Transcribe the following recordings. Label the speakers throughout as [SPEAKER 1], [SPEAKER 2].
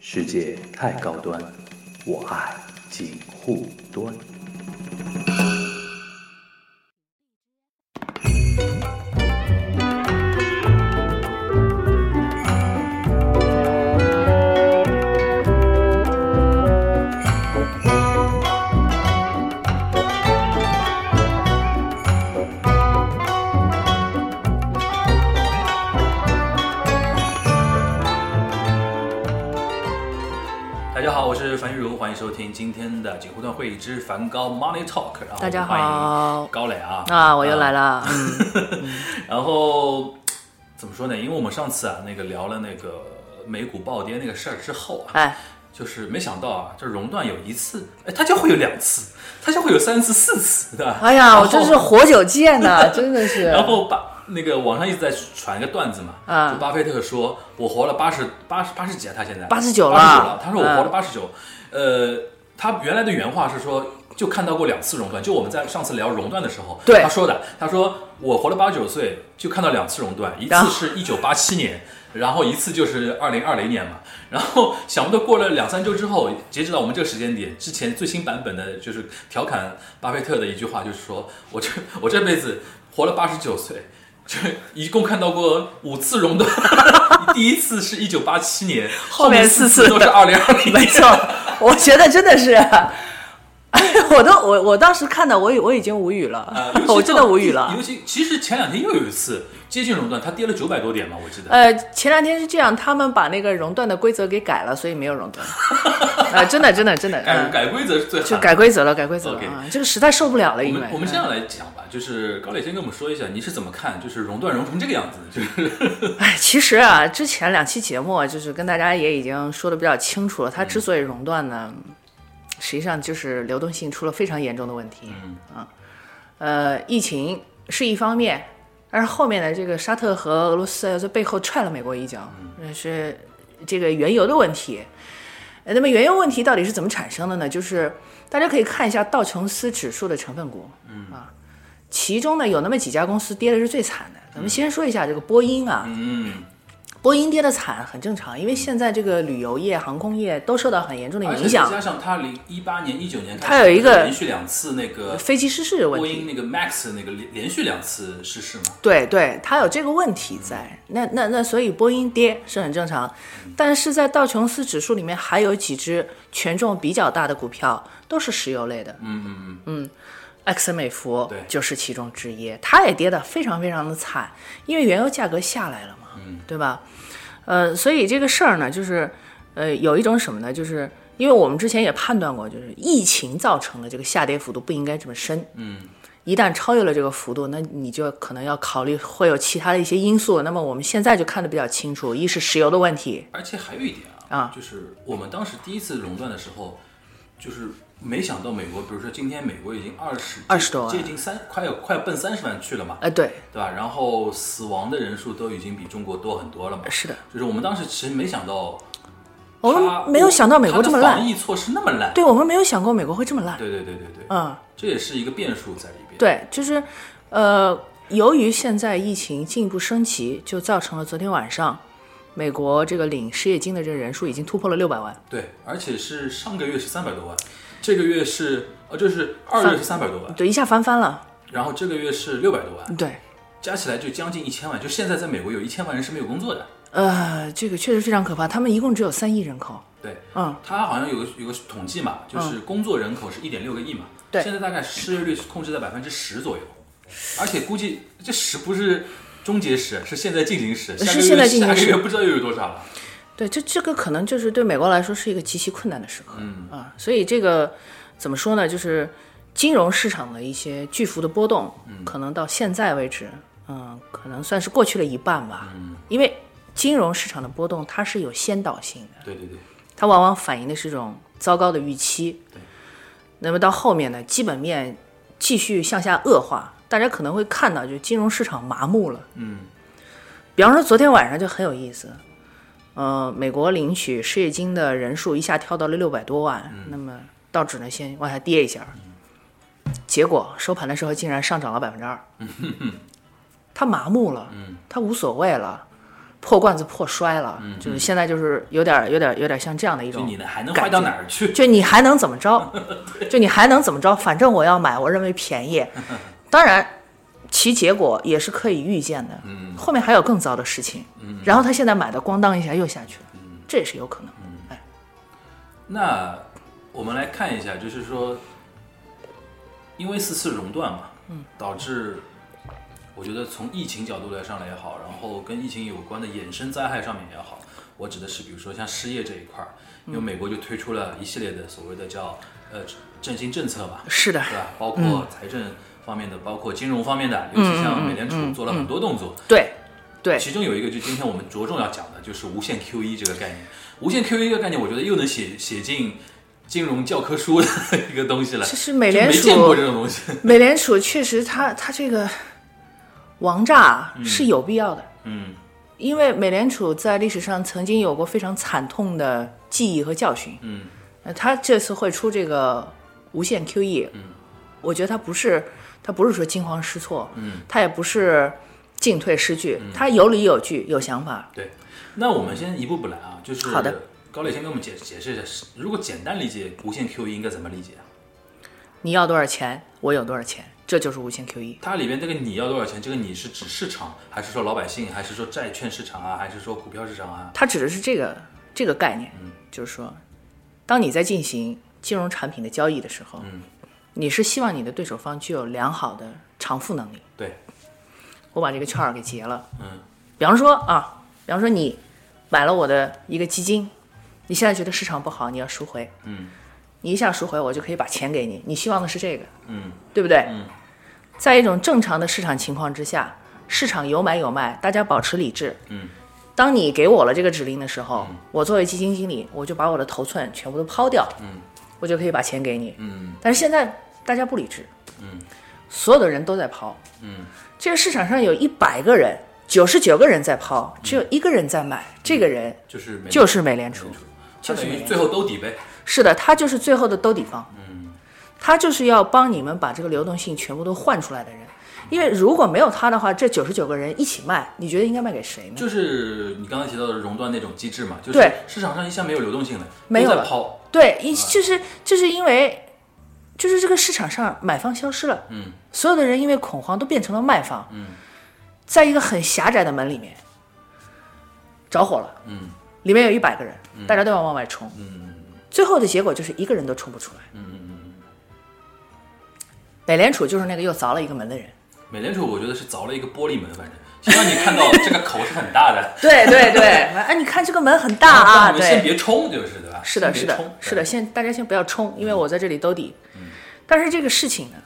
[SPEAKER 1] 世界太高端，我爱锦护端。
[SPEAKER 2] 大家好，我是樊玉茹，欢迎收听今天的锦湖段会议之梵高 Money Talk。然后
[SPEAKER 3] 大家
[SPEAKER 2] 欢
[SPEAKER 3] 好
[SPEAKER 2] 迎高磊啊！
[SPEAKER 3] 啊，我又来了，嗯，
[SPEAKER 2] 然后怎么说呢？因为我们上次啊，那个聊了那个美股暴跌那个事儿之后啊，
[SPEAKER 3] 哎，
[SPEAKER 2] 就是没想到啊，这熔断有一次，哎，它就会有两次，它就会有三次、四次的。
[SPEAKER 3] 哎
[SPEAKER 2] 然
[SPEAKER 3] 呀，
[SPEAKER 2] 后
[SPEAKER 3] 我真是活久见 呐，真的是。
[SPEAKER 2] 然后巴那个网上一直在传一个段子嘛，
[SPEAKER 3] 啊
[SPEAKER 2] 就巴菲特说，我活了八十八十八十几啊，他现在
[SPEAKER 3] 89了
[SPEAKER 2] 八十九了，他说我活了
[SPEAKER 3] 嗯
[SPEAKER 2] 八十九，呃，他原来的原话是说。就看到过两次熔断，就我们在上次聊熔断的时候，
[SPEAKER 3] 对
[SPEAKER 2] 他说的，他说我活了八九岁，就看到两次熔断，一
[SPEAKER 3] 然
[SPEAKER 2] 次
[SPEAKER 3] 后
[SPEAKER 2] 是一九八七年，然后一次就是二零二零年嘛。然后想不到过了两三周之后，截止到我们这个时间点，之前最新版本的就是调侃巴菲特的一句话，就是说我这我这辈子活了八十九岁，这一共看到过五次熔断， 第一次是一九八七年，
[SPEAKER 3] 后面
[SPEAKER 2] 四
[SPEAKER 3] 四次
[SPEAKER 2] 都是二零二零
[SPEAKER 3] 没
[SPEAKER 2] 年。
[SPEAKER 3] 错，我觉得真的是， 我都我我当时看的，我已我已经无语了
[SPEAKER 2] 呃尤其，
[SPEAKER 3] 我真的
[SPEAKER 2] 到
[SPEAKER 3] 无语了
[SPEAKER 2] 尤。其其实前两天又有一次接近熔断，它跌了九百多点嘛，我记 得。
[SPEAKER 3] 呃，前两天是这样，他们把那个熔断的规则给改了，所以没有熔 断。啊，真的，真的，真的，
[SPEAKER 2] 改
[SPEAKER 3] 嗯，
[SPEAKER 2] 改规则是最
[SPEAKER 3] 就
[SPEAKER 2] 狠的。
[SPEAKER 3] 改规则了，改规则了
[SPEAKER 2] OK
[SPEAKER 3] 啊！这个实在受不了了，
[SPEAKER 2] 我
[SPEAKER 3] 因为
[SPEAKER 2] 们我们这
[SPEAKER 3] 嗯
[SPEAKER 2] 样来讲吧，就是高磊先跟我们说一下，你是怎么看，就是熔断熔成这个样子，就是
[SPEAKER 3] 哎，其实啊，之前两期节目啊就是跟大家也已经说的比较清楚了，它之所以熔断呢，实际上就是流动性出了非常严重的问题。
[SPEAKER 2] 嗯
[SPEAKER 3] 啊，呃，疫情是一方面，但是后面的这个沙特和俄罗斯啊在背后踹了美国一脚，
[SPEAKER 2] 嗯
[SPEAKER 3] 那是这个原油的问题。呃那么原油问题到底是怎么产生的呢？就是大家可以看一下道琼斯指数的成分股，嗯啊，其中呢有那么几家公司跌的是最惨的。咱们先说一下这个波音啊，
[SPEAKER 2] 嗯，
[SPEAKER 3] 波音跌的惨很正常，因为现在这个旅游业、航空业都受到很严重的
[SPEAKER 2] 而且
[SPEAKER 3] 影响
[SPEAKER 2] 再，加上它零一八年、一九年开始，
[SPEAKER 3] 它有一个
[SPEAKER 2] 连续两次那个
[SPEAKER 3] 呃飞机失事的问
[SPEAKER 2] 波
[SPEAKER 3] 题
[SPEAKER 2] 音。那个 Max 那个连连续两次失事嘛，
[SPEAKER 3] 对对，它有这个问题在，那那那，所以波音跌是很正常，但是在道琼斯指数里面还有几只权重比较大的股票都是石油类的，嗯嗯嗯埃克森美孚
[SPEAKER 2] 对
[SPEAKER 3] 就是其中之一，它也跌得非常非常的惨，因为原油价格下来了嘛，对吧？呃，所以这个事儿呢，就是呃，有一种什么呢，就是因为我们之前也判断过，就是疫情造成的这个下跌幅度不应该这么深，一旦超越了这个幅度，那你就可能要考虑会有其他的一些因素。那么我们现在就看得比较清楚，一是石油的问题，
[SPEAKER 2] 而且还有一点
[SPEAKER 3] 啊
[SPEAKER 2] 就是我们当时第一次熔断的时候，就是没想到美国，比如说今天美国已经二十
[SPEAKER 3] 20多万
[SPEAKER 2] 接近三，快要快奔三十万去了嘛，
[SPEAKER 3] 呃，对，
[SPEAKER 2] 对吧？然后死亡的人数都已经比中国多很多了嘛，
[SPEAKER 3] 是的，
[SPEAKER 2] 就是我们当时其实没想到它，
[SPEAKER 3] 我们没有想到美国这么
[SPEAKER 2] 它的防
[SPEAKER 3] 烂，
[SPEAKER 2] 疫措施那么烂，
[SPEAKER 3] 对我们没有想过美国会这么烂。
[SPEAKER 2] 对对对对对，
[SPEAKER 3] 嗯，
[SPEAKER 2] 这也是一个变数在里边。
[SPEAKER 3] 对，就是，呃，由于现在疫情进一步升级，就造成了昨天晚上美国这个领失业金的这个人数已经突破了六百万。
[SPEAKER 2] 对，而且是上个月是三百多万，这个月是呃，就是二月是三百多万，
[SPEAKER 3] 对，一下翻番了。
[SPEAKER 2] 然后这个月是六百多万，
[SPEAKER 3] 对，
[SPEAKER 2] 加起来就将近一千万。就现在在美国有一千万人是没有工作的。
[SPEAKER 3] 呃，这个确实非常可怕。他们一共只有三亿人口。
[SPEAKER 2] 对，
[SPEAKER 3] 嗯，
[SPEAKER 2] 他好像有个有个统计嘛，就是工作人口是一点六个亿嘛，
[SPEAKER 3] 对
[SPEAKER 2] 现在大概失业率控制在百分之十左右，而且估计这十不是终结时，是现在进行时，下个
[SPEAKER 3] 是
[SPEAKER 2] 月
[SPEAKER 3] 现在进行时
[SPEAKER 2] 下个月不知道又有多少了。
[SPEAKER 3] 对，这这个可能就是对美国来说是一个极其困难的时刻，嗯啊，所以这个怎么说呢？就是金融市场的一些巨幅的波动，可能到现在为止，嗯，可能算是过去了一半吧，嗯，因为金融市场的波动它是有先导性的，
[SPEAKER 2] 对对对，
[SPEAKER 3] 它往往反映的是一种糟糕的预期。那么到后面呢，基本面继续向下恶化，大家可能会看到，就金融市场麻木了。嗯，比方说昨天晚上就很有意思，呃，美国领取失业金的人数一下跳到了六百多万，
[SPEAKER 2] 嗯
[SPEAKER 3] 那么道指呢先往下跌一下，
[SPEAKER 2] 嗯
[SPEAKER 3] 结果收盘的时候
[SPEAKER 2] 嗯
[SPEAKER 3] 竟然上涨了百分之二，他麻木了，他无所谓了。破罐子破摔了，就是现在就是有点有点有点像这样的一
[SPEAKER 2] 嗯就
[SPEAKER 3] 种
[SPEAKER 2] 你呢还能坏到哪儿去？
[SPEAKER 3] 就你还能怎么着？就你还能怎么着？反正我要买，我认为便宜。当然，其结果也是可以预见的。
[SPEAKER 2] 嗯
[SPEAKER 3] 后面还有更糟的事情。然后他现在买的，咣当一下又下去了，这也是有可能的。哎，
[SPEAKER 2] 那我们来看一下，就是说，因为四次熔断嘛，导致我觉得从疫情角度来上来也好，然后跟疫情有关的衍生灾害上面也好，我指的是比如说像失业这一块儿，因为美国就推出了一系列的所谓的叫呃振兴政策吧，
[SPEAKER 3] 是的，
[SPEAKER 2] 对吧？包括财政方面的，包括金融方面的，尤其像美联储做了很多动作。
[SPEAKER 3] 对，对，
[SPEAKER 2] 其中有一个，就今天我们着重要讲的，就是无限 QE 这个概念。无限 QE 这个概念，我觉得又能写写进金融教科书的一个东西了。
[SPEAKER 3] 其实美联储
[SPEAKER 2] 就没见过这种东西，
[SPEAKER 3] 美联储确实它，它这个王炸是有必要的。
[SPEAKER 2] 嗯
[SPEAKER 3] 因为美联储在历史上曾经有过非常惨痛的记忆和教训。
[SPEAKER 2] 嗯，
[SPEAKER 3] 呃，他这次会出这个无限 QE，嗯，我觉得他不是他不是说惊慌失措，嗯，他也不是进退失据，他有理有据，有想法。
[SPEAKER 2] 对。那我们先一步步来啊，就是
[SPEAKER 3] 好的。
[SPEAKER 2] 高磊先给我们解解释一下，如果简单理解无限 QE 应该怎么理解啊？
[SPEAKER 3] 你要多少钱，我有多少钱，这就是无限 E QE。
[SPEAKER 2] 它里边这个你要多少钱？这个你是指市场，还是说老百姓，还是说债券市场啊，还是说股票市场啊？
[SPEAKER 3] 它指的是这个这个概念，就是说，当你在进行金融产品的交易的时候，你是希望你的对手方具有良好的偿付能力。
[SPEAKER 2] 对，
[SPEAKER 3] 我把这个券儿给结了。
[SPEAKER 2] 嗯，
[SPEAKER 3] 比方说啊，比方说你买了我的一个基金，你现在觉得市场不好，你要赎回。嗯，你一下赎回，我就可以把钱给你。你希望的是这个，
[SPEAKER 2] 嗯，
[SPEAKER 3] 对不对？嗯，在一种正常的市场情况之下，市场有买有卖，大家保持理智。
[SPEAKER 2] 嗯。
[SPEAKER 3] 当你给我了这个指令的时候，我作为基金经理，我就把我的头寸全部都抛掉，嗯，我就可以把钱给你，
[SPEAKER 2] 嗯，
[SPEAKER 3] 但是现在大家不理智，嗯，所有的人都在抛，这个市场上有一百个人，九十九个人在抛，只有一个人在买，这个人
[SPEAKER 2] 就是美
[SPEAKER 3] 就是美联储。
[SPEAKER 2] 它
[SPEAKER 3] 就是
[SPEAKER 2] 等
[SPEAKER 3] 美
[SPEAKER 2] 于
[SPEAKER 3] 联
[SPEAKER 2] 最后兜底呗。
[SPEAKER 3] 是的，他就是最后的兜底方。嗯，他就是要帮你们把这个流动性全部都换出来的人，因为如果没有他的话，这九十九个人一起卖，你觉得应该卖给谁呢？
[SPEAKER 2] 就是你刚才提到的熔断那种机制嘛，就
[SPEAKER 3] 嗯
[SPEAKER 2] 是
[SPEAKER 3] 对
[SPEAKER 2] 市场上一向没有流动性的，
[SPEAKER 3] 没有
[SPEAKER 2] 都
[SPEAKER 3] 了
[SPEAKER 2] 在抛，
[SPEAKER 3] 对，一就是就是因为。就是这个市场上买方消失了，
[SPEAKER 2] 嗯，
[SPEAKER 3] 所有的人因为恐慌都变成了卖方，嗯，在一个很狭窄的门里面着火了，
[SPEAKER 2] 嗯，
[SPEAKER 3] 里面有一百个人，大家都要往外冲，最后的结果就是一个人都冲不出来。嗯嗯嗯嗯。美联储就是那个又凿了一个门的人。
[SPEAKER 2] 美联储我觉得是凿了一个玻璃门，反正先让你看到这个口是很大的，
[SPEAKER 3] 对对对，哎，你看这个门很大
[SPEAKER 2] 让
[SPEAKER 3] 啊，
[SPEAKER 2] 你们先
[SPEAKER 3] 对，
[SPEAKER 2] 别冲，就是对吧？
[SPEAKER 3] 是的，
[SPEAKER 2] 先别
[SPEAKER 3] 是的
[SPEAKER 2] 冲，哎
[SPEAKER 3] 是的，，先大家先不要冲，因为我在这里兜底。但是这个事情呢，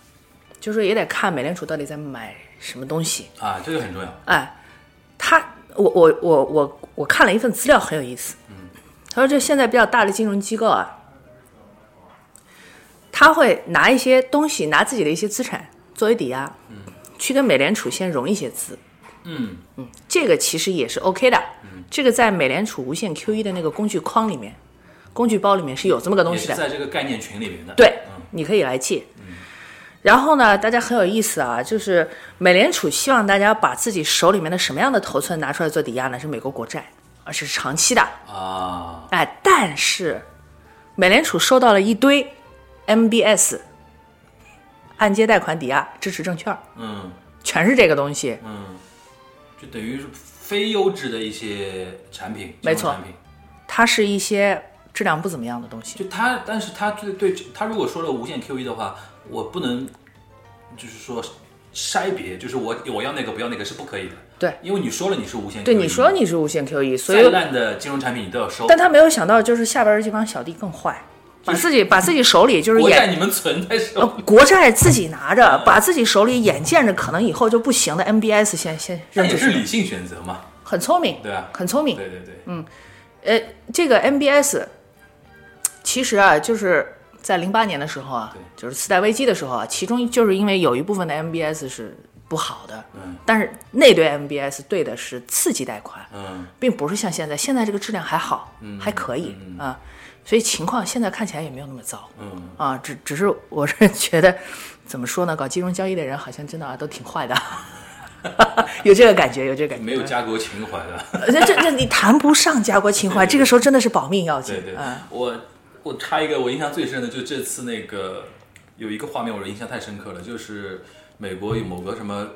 [SPEAKER 3] 就说也得看美联储到底在买什么东西。
[SPEAKER 2] 对啊，这个很重要，
[SPEAKER 3] 哎，他，我我我我我看了一份资料，很有意思。
[SPEAKER 2] 嗯
[SPEAKER 3] 他说这现在比较大的金融机构啊，他会拿一些东西，拿自己的一些资产作为抵押，去跟美联储先融一些资。
[SPEAKER 2] 嗯，
[SPEAKER 3] 这个其实也是 OK 的。这个在美联储无限 QE 的那个工具框里面、工具包里面是有这么个东
[SPEAKER 2] 也
[SPEAKER 3] 西
[SPEAKER 2] 是
[SPEAKER 3] 的。
[SPEAKER 2] 在这个概念群里面的，
[SPEAKER 3] 对，
[SPEAKER 2] 嗯
[SPEAKER 3] 你可以来借。然后呢，大家很有意思啊，就是美联储希望大家把自己手里面的什么样的头寸拿出来做抵押呢？是美国国债，而且是长期的。
[SPEAKER 2] 啊，
[SPEAKER 3] 哎，但是美联储收到了一堆 MBS 按揭贷款抵押支持证券，
[SPEAKER 2] 嗯
[SPEAKER 3] 全是这个东西。
[SPEAKER 2] 嗯，就等于是非优质的一些产品，
[SPEAKER 3] 没错
[SPEAKER 2] 金融产品。
[SPEAKER 3] 它是一些质量不怎么样的东西。
[SPEAKER 2] 就他，但是他对对他如果说了无限 QE 的话，我不能就是说筛别，就是我我要那个不要那个是不可以的。
[SPEAKER 3] 对，
[SPEAKER 2] 因为你说了你是无限 QE，
[SPEAKER 3] 对，你说你是无限 QE，所 E，
[SPEAKER 2] 再
[SPEAKER 3] 以
[SPEAKER 2] 烂的金融产品你都要收。
[SPEAKER 3] 但他没有想到，就是下边儿这帮小弟更坏，把自己把自己手里就是
[SPEAKER 2] 国债
[SPEAKER 3] 眼
[SPEAKER 2] 你们存在收，
[SPEAKER 3] 呃国债自己拿着，把自己手里眼见着可能以后就不行的 MBS 先先
[SPEAKER 2] 那
[SPEAKER 3] 扔
[SPEAKER 2] 也
[SPEAKER 3] 出
[SPEAKER 2] 哎是
[SPEAKER 3] 去，
[SPEAKER 2] 理性选择嘛，
[SPEAKER 3] 很聪明，
[SPEAKER 2] 对吧？
[SPEAKER 3] 很聪明。
[SPEAKER 2] 对对对，嗯，
[SPEAKER 3] 呃，这个 MBS 其实啊，就是在零八年的时候啊
[SPEAKER 2] 对，
[SPEAKER 3] 就是次贷危机的时候啊，其中就是因为有一部分的 MBS 是不好的，
[SPEAKER 2] 嗯
[SPEAKER 3] 但是那堆 MBS 对的是次级贷款，
[SPEAKER 2] 嗯
[SPEAKER 3] 并不是像现在，现在这个质量还好，还可以、啊，所以情况现在看起来也没有那么糟
[SPEAKER 2] 嗯，
[SPEAKER 3] 啊，只只是我是觉得，怎么说呢，搞金融交易的人好像真的啊都挺坏的， 有这个感觉，有这个感觉。
[SPEAKER 2] 没有家国情怀的。
[SPEAKER 3] 呃那这那你谈不上家国情怀，这个时候真的是保命要紧
[SPEAKER 2] 对对
[SPEAKER 3] 啊。，
[SPEAKER 2] 我我插一个我印象最深的，就这次那个有一个画面我印象太深刻了，就是美国有某个什么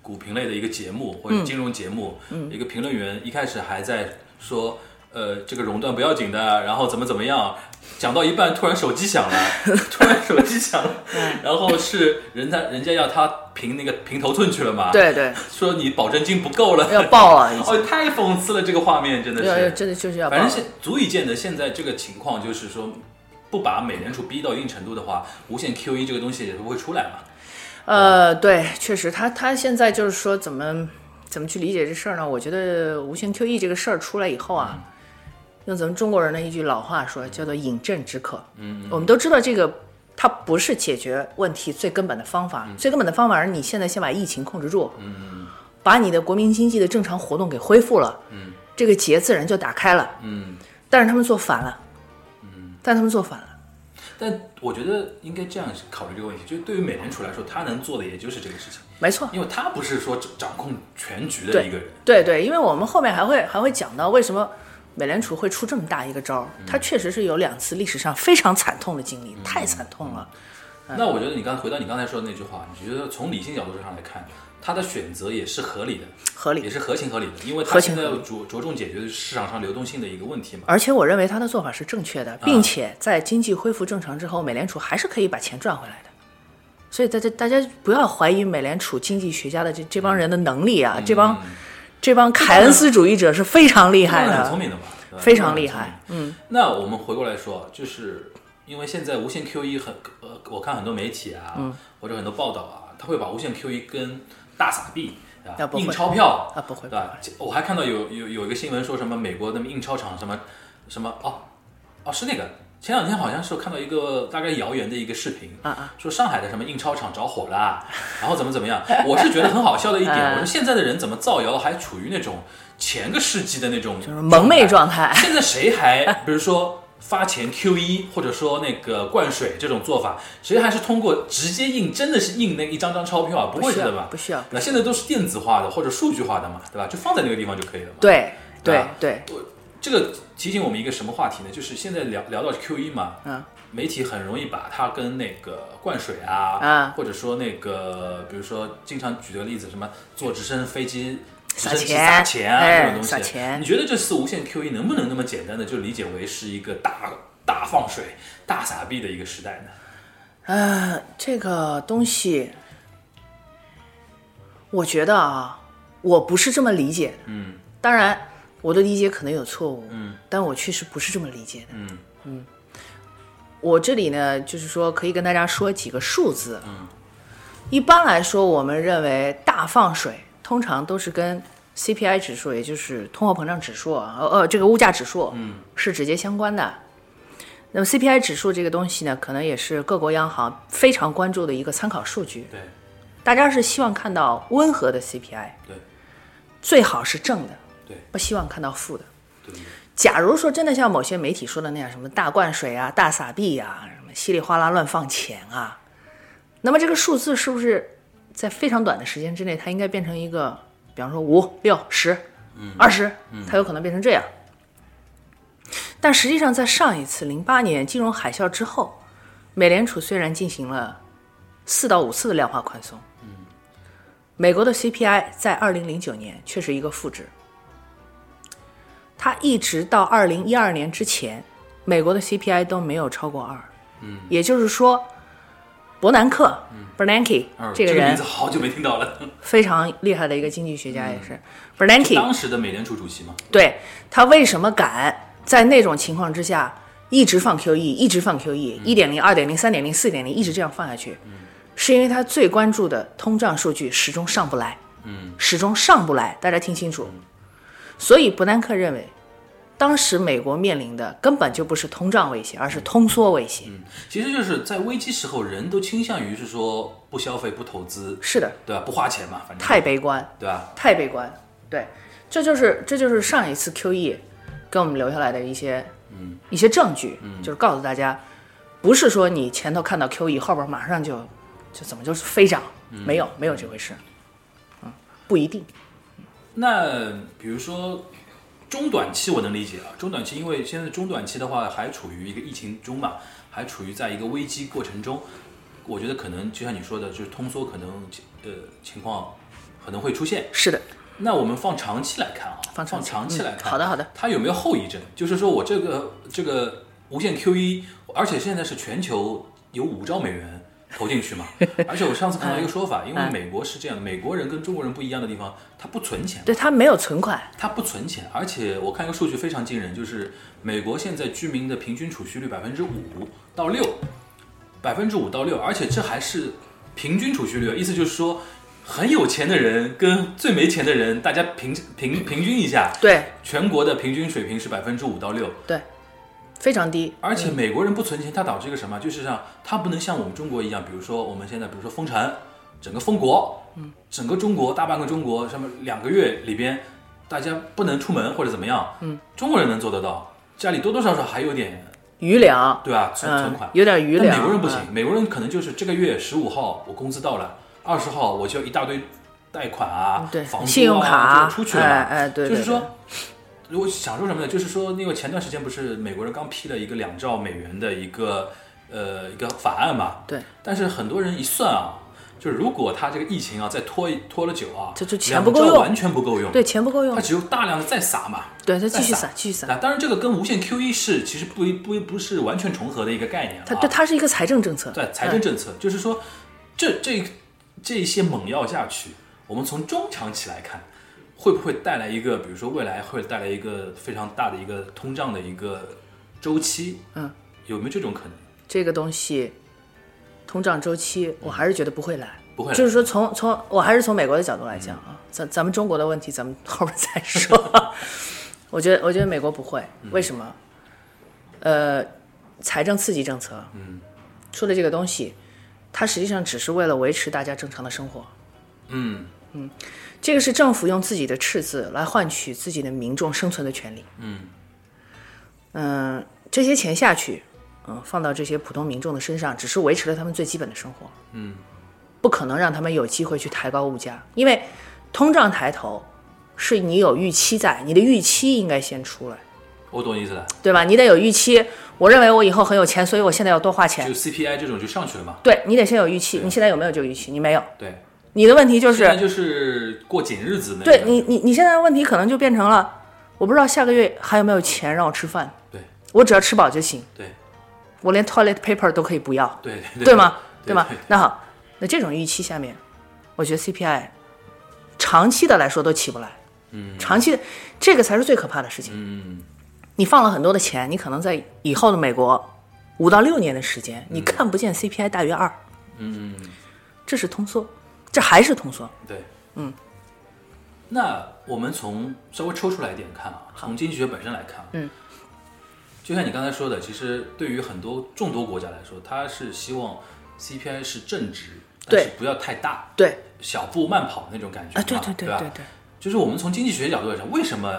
[SPEAKER 2] 股评类的一个节目或者
[SPEAKER 3] 嗯
[SPEAKER 2] 金融节目，一个评论员一开始还在说。呃，这个熔断不要紧的，然后怎么怎么样，讲到一半突然手机响了， 突然手机响了，
[SPEAKER 3] 嗯
[SPEAKER 2] 然后是人家人家要他评那个评头寸去了嘛，，
[SPEAKER 3] 对对，
[SPEAKER 2] 说你保证金不够了，
[SPEAKER 3] 要爆了已经
[SPEAKER 2] 哦，太讽刺了，这个画面真的是，
[SPEAKER 3] 要要真的就是要爆
[SPEAKER 2] 反正
[SPEAKER 3] 了。
[SPEAKER 2] 现足以见得现在这个情况，就是说不把美联储逼到一定程度的话，无限 QE 这个东西也是不会出来嘛。
[SPEAKER 3] 呃，对，确实，他他现在就是说怎么怎么去理解这事儿呢？我觉得无限 QE E 这个事儿出来以后啊，用咱们中国人的一句老话说，叫做饮鸩止渴。嗯，我们都知道这个。它不是解决问题最根本的方法，最根本的方法是你现在先把疫情控制住，嗯，把你的国民经济的正常活动给恢复了，嗯，这个结自然就打开了，
[SPEAKER 2] 嗯，
[SPEAKER 3] 但是他们做反了，嗯，但他们做反了，
[SPEAKER 2] 但我觉得应该这样考虑这个问题，就是对于美联储来说，他能做的也就是这个事情，
[SPEAKER 3] 没错，
[SPEAKER 2] 因为他不是说掌控全局的一个人。
[SPEAKER 3] 嗯对对，因为我们后面还会还会讲到为什么美联储会出这么大一个招儿，
[SPEAKER 2] 嗯
[SPEAKER 3] 它确实是有两次历史上非常惨痛的经历，太惨痛了。
[SPEAKER 2] 嗯
[SPEAKER 3] 嗯
[SPEAKER 2] 那我觉得你刚才回到你刚才说的那句话，你觉得从理性角度上来看，他的选择也是合理的，
[SPEAKER 3] 合理
[SPEAKER 2] 也是合情合理的，因为他
[SPEAKER 3] 合情
[SPEAKER 2] 现在
[SPEAKER 3] 合理
[SPEAKER 2] 要着着重解决市场上流动性的一个问题嘛。
[SPEAKER 3] 而且我认为他的做法是正确
[SPEAKER 2] 啊
[SPEAKER 3] 的，并且在经济恢复正常之后，美联储还是可以把钱赚回来的。所以大家大家不要怀疑美联储经济学家的这这帮人的能力
[SPEAKER 2] 嗯
[SPEAKER 3] 啊，这帮这帮凯恩斯主义者是非常厉害
[SPEAKER 2] 当然很
[SPEAKER 3] 的
[SPEAKER 2] 聪。明的嘛，对吧
[SPEAKER 3] 非常厉害。
[SPEAKER 2] 嗯，那我们回过来说，就是因为现在无限 QE 很呃，我看很多媒体啊，
[SPEAKER 3] 嗯
[SPEAKER 2] 或者很多报道啊，他会把无限 QE 跟大撒币
[SPEAKER 3] 啊
[SPEAKER 2] 啊
[SPEAKER 3] 不会
[SPEAKER 2] 印钞票
[SPEAKER 3] 啊不会
[SPEAKER 2] 对吧？我还看到有有有一个新闻说什么美国那么印钞厂什么什么哦哦是那个。前两天好像是我看到一个大概谣言的一个视频，
[SPEAKER 3] 啊啊
[SPEAKER 2] 说上海的什么印钞厂着火啦，然后怎么怎么样，我是觉得很好笑 的一点，我
[SPEAKER 3] 嗯
[SPEAKER 2] 说现在的人怎么造谣还处于那种前个世纪的那种
[SPEAKER 3] 就是蒙昧状态
[SPEAKER 2] 现在谁还比如说发钱 QE 或者说那个灌水这种做法，谁还是通过直接印，真的是印那一张张钞票啊？不会
[SPEAKER 3] 需
[SPEAKER 2] 是
[SPEAKER 3] 要
[SPEAKER 2] 的吧？
[SPEAKER 3] 不需要
[SPEAKER 2] 那现在都是电子化的或者数据化的嘛，对吧？就放在那个地方就可以了嘛。
[SPEAKER 3] 对
[SPEAKER 2] 对啊
[SPEAKER 3] 对
[SPEAKER 2] 吧
[SPEAKER 3] 对，
[SPEAKER 2] 这个提醒我们一个什么话题呢？就是现在聊聊到 QE E 嘛，
[SPEAKER 3] 嗯，
[SPEAKER 2] 媒体很容易把它跟那个灌水啊，
[SPEAKER 3] 啊
[SPEAKER 2] 或者说那个，比如说经常举的例子，什么坐直升飞机。
[SPEAKER 3] 撒
[SPEAKER 2] 直升机
[SPEAKER 3] 钱
[SPEAKER 2] 撒钱啊，
[SPEAKER 3] 哎
[SPEAKER 2] 这种东西，
[SPEAKER 3] 撒钱
[SPEAKER 2] 你觉得这次无限 QE 能不能那么简单的就理解为是一个大大放水、大撒币的一个时代呢？
[SPEAKER 3] 呃，这个东西，我觉得啊，我不是这么理解的。嗯，当然我的理解可能有错误。嗯，但我确实不是这么理解的。嗯我这里呢，就是说可以跟大家说几个数字。嗯，一般来说，我们认为大放水通常都是跟 CPI 指数，也就是通货膨胀指数啊，呃呃，这个物价指数，嗯，是直接相关的。那么 CPI 指数这个东西呢，可能也是各国央行非常关注的一个参考数据。
[SPEAKER 2] 对
[SPEAKER 3] 大家是希望看到温和的 CPI，
[SPEAKER 2] 对
[SPEAKER 3] 最好是正的，
[SPEAKER 2] 对
[SPEAKER 3] 不希望看到负的。
[SPEAKER 2] 对，
[SPEAKER 3] 假如说真的像某些媒体说的那样，什么大灌水啊、大撒币啊、什么稀里哗啦乱放钱啊，那么这个数字是不是在非常短的时间之内，它应该变成一个，比方说五、六、十、二十，它有可能变成这样。但实际上，在上一次零八年金融海啸之后，美联储虽然进行了四到五次的量化宽松，
[SPEAKER 2] 嗯
[SPEAKER 3] 美国的 CPI 在二零零九年却是一个负值。它一直到二零一二年之前，美国的 CPI 都没有超过二。嗯，也就是说，伯南克、Bernanke
[SPEAKER 2] 嗯
[SPEAKER 3] 这
[SPEAKER 2] 这
[SPEAKER 3] 个
[SPEAKER 2] 名
[SPEAKER 3] 人
[SPEAKER 2] 字好久没听到了，
[SPEAKER 3] 非常厉害的一个经济学家，也是
[SPEAKER 2] 嗯
[SPEAKER 3] Bernanke。
[SPEAKER 2] 当时的美联储主席嘛，
[SPEAKER 3] 对他为什么敢在那种情况之下一直放 QE，一直放 QE，一点零、二点零、三点零、四点零，一直这样放下去，是因为他最关注的通胀数据始终上不来，嗯，始终上不来，大家听清楚。所以伯南克认为，当时美国面临的根本就不是通胀威胁，而是通缩威胁。
[SPEAKER 2] 其实就是在危机时候，人都倾向于是说不消费、不投资，
[SPEAKER 3] 是的，
[SPEAKER 2] 对吧？不花钱嘛，反正
[SPEAKER 3] 太悲观。
[SPEAKER 2] 对吧？
[SPEAKER 3] 太悲观。对，这就是这就是上一次 QE 给我们留下来的一些嗯一些证据，就是告诉大家，不是说你前头看到 E，QE，后边马上就就怎么就是飞涨，没有没有这回事，嗯，不不一定。
[SPEAKER 2] 那比如说中短期，我能理解啊。中短期，因为现在中短期的话还处于一个疫情中嘛，还处于在一个危机过程中。我觉得可能就像你说的，就是通缩可能呃情况可能会出现。
[SPEAKER 3] 是的，
[SPEAKER 2] 那我们放长期来看啊，放
[SPEAKER 3] 放长期
[SPEAKER 2] 期来
[SPEAKER 3] 嗯
[SPEAKER 2] 看，
[SPEAKER 3] 好的好的，
[SPEAKER 2] 它有没有后遗症？就是说我这个这个无限 QE，而且现在是全球有五兆美元投进去嘛，而且我上次看到一个说法，因为美国是这样的，美国人跟中国人不一样的地方，他不存钱，
[SPEAKER 3] 对他没有存款，
[SPEAKER 2] 他不存钱，而且我看一个数据非常惊人，就是美国现在居民的平均储蓄率百分之五到六，百分之五到六，而且这还是平均储蓄率，意思就是说，很有钱的人跟最没钱的人，大家平平平均一下，
[SPEAKER 3] 对
[SPEAKER 2] 全国的平均水平是百分之五到六，
[SPEAKER 3] 对，非常低。
[SPEAKER 2] 而且美国人不存钱，它导致一个什么？就是像它不能像我们中国一样，比如说我们现在，比如说封城，整个封国，嗯，整个中国大半个中国，什么两个月里边，大家不能出门或者怎么样，嗯，中国人能做得到，家里多多少少还有点，
[SPEAKER 3] 余粮，
[SPEAKER 2] 对吧？存、存
[SPEAKER 3] 嗯
[SPEAKER 2] 款，，
[SPEAKER 3] 有点余
[SPEAKER 2] 但
[SPEAKER 3] 粮。
[SPEAKER 2] 美国人不行
[SPEAKER 3] 嗯，，
[SPEAKER 2] 美国人可能就是这个月十五号我工资到了，二十号我就一大堆贷款啊，
[SPEAKER 3] 嗯对
[SPEAKER 2] 房租啊
[SPEAKER 3] 信用卡啊
[SPEAKER 2] 就出去了嘛，
[SPEAKER 3] 哎哎对对
[SPEAKER 2] 就是说。如果想说什么呢？就是说，那个前段时间不是美国人刚批了一个两兆美元的一个呃一个法案嘛？
[SPEAKER 3] 对，
[SPEAKER 2] 但是很多人一算啊，就是如果他这个疫情啊再拖一拖了久啊，
[SPEAKER 3] 这就钱
[SPEAKER 2] 两
[SPEAKER 3] 不够
[SPEAKER 2] 兆
[SPEAKER 3] 用
[SPEAKER 2] 完全不够用。
[SPEAKER 3] 对，钱不够用
[SPEAKER 2] 他，只有大量的再撒嘛。
[SPEAKER 3] 对，他继续
[SPEAKER 2] 再
[SPEAKER 3] 撒，继续撒。
[SPEAKER 2] 啊，当然这个跟无限 QE 是其实不一不一不是完全重合的一个概念啊。
[SPEAKER 3] 它对，它是一个财政政策。哎
[SPEAKER 2] 对财政政策，就是说，这这这些猛药下去，我们从中长期来看，会不会带来一个，比如说未来会带来一个非常大的一个通胀的一个周期？
[SPEAKER 3] 嗯，
[SPEAKER 2] 有没有这种可能？
[SPEAKER 3] 这个东西，通胀周期，我还是觉得不会来。
[SPEAKER 2] 不会来嗯
[SPEAKER 3] 就是说从，从我还是从美国的角度来讲啊，咱咱们中国的问题，咱们 后边再说。我觉得，我觉得美国不会，
[SPEAKER 2] 嗯
[SPEAKER 3] 为什么？呃，财政刺激政策，嗯，出了这个东西，它实际上只是为了维持大家正常的生活。
[SPEAKER 2] 嗯
[SPEAKER 3] 这个是政府用自己的赤字来换取自己的民众生存的权利。
[SPEAKER 2] 嗯
[SPEAKER 3] 嗯、这些钱下去，嗯、放到这些普通民众的身上，只是维持了他们最基本的生活，
[SPEAKER 2] 嗯，
[SPEAKER 3] 不可能让他们有机会去抬高物价，因为通胀抬头是你有预期在，你的预期应该先出来，
[SPEAKER 2] 我懂你意思了，
[SPEAKER 3] 对吧？你得有预期，我认为我以后很有钱，所以我现在要多花
[SPEAKER 2] 就
[SPEAKER 3] 钱。
[SPEAKER 2] CPI 这种就上去了嘛。
[SPEAKER 3] 对你得先有预期，你现在有没有这个预期？你没有，
[SPEAKER 2] 对，
[SPEAKER 3] 你的问题就
[SPEAKER 2] 现在
[SPEAKER 3] 是，
[SPEAKER 2] 就是过紧日子那个。
[SPEAKER 3] 对你你你现在的问题可能就变成了，我不知道下个月还有没有钱让我吃饭，
[SPEAKER 2] 对
[SPEAKER 3] 我只要吃饱就行，
[SPEAKER 2] 对
[SPEAKER 3] 我连 toilet paper 都可以不要。
[SPEAKER 2] 对对
[SPEAKER 3] 对吗？
[SPEAKER 2] 对
[SPEAKER 3] 吗
[SPEAKER 2] 对？
[SPEAKER 3] 那好，那这种预期下面，我觉得 CPI 长期的来说都起不来。嗯，长期的这个才是最可怕的事情。
[SPEAKER 2] 嗯，
[SPEAKER 3] 你放了很多的钱，你可能在以后的美国五到六年的时间，
[SPEAKER 2] 嗯
[SPEAKER 3] 你看不见 CPI 大于二。嗯，这是通缩，这还是通缩。
[SPEAKER 2] 对，嗯。那我们从稍微抽出来一点看啊，从经济学本身来看，嗯，就像你刚才说的，其实对于很多众多国家来说，它是希望 CPI 是正值，但
[SPEAKER 3] 对
[SPEAKER 2] 是不要太大，
[SPEAKER 3] 对
[SPEAKER 2] 小步慢跑那种感觉
[SPEAKER 3] 啊，对
[SPEAKER 2] 嘛
[SPEAKER 3] 对对
[SPEAKER 2] 吧
[SPEAKER 3] 对对，
[SPEAKER 2] 就是我们从经济学角度来讲，为什么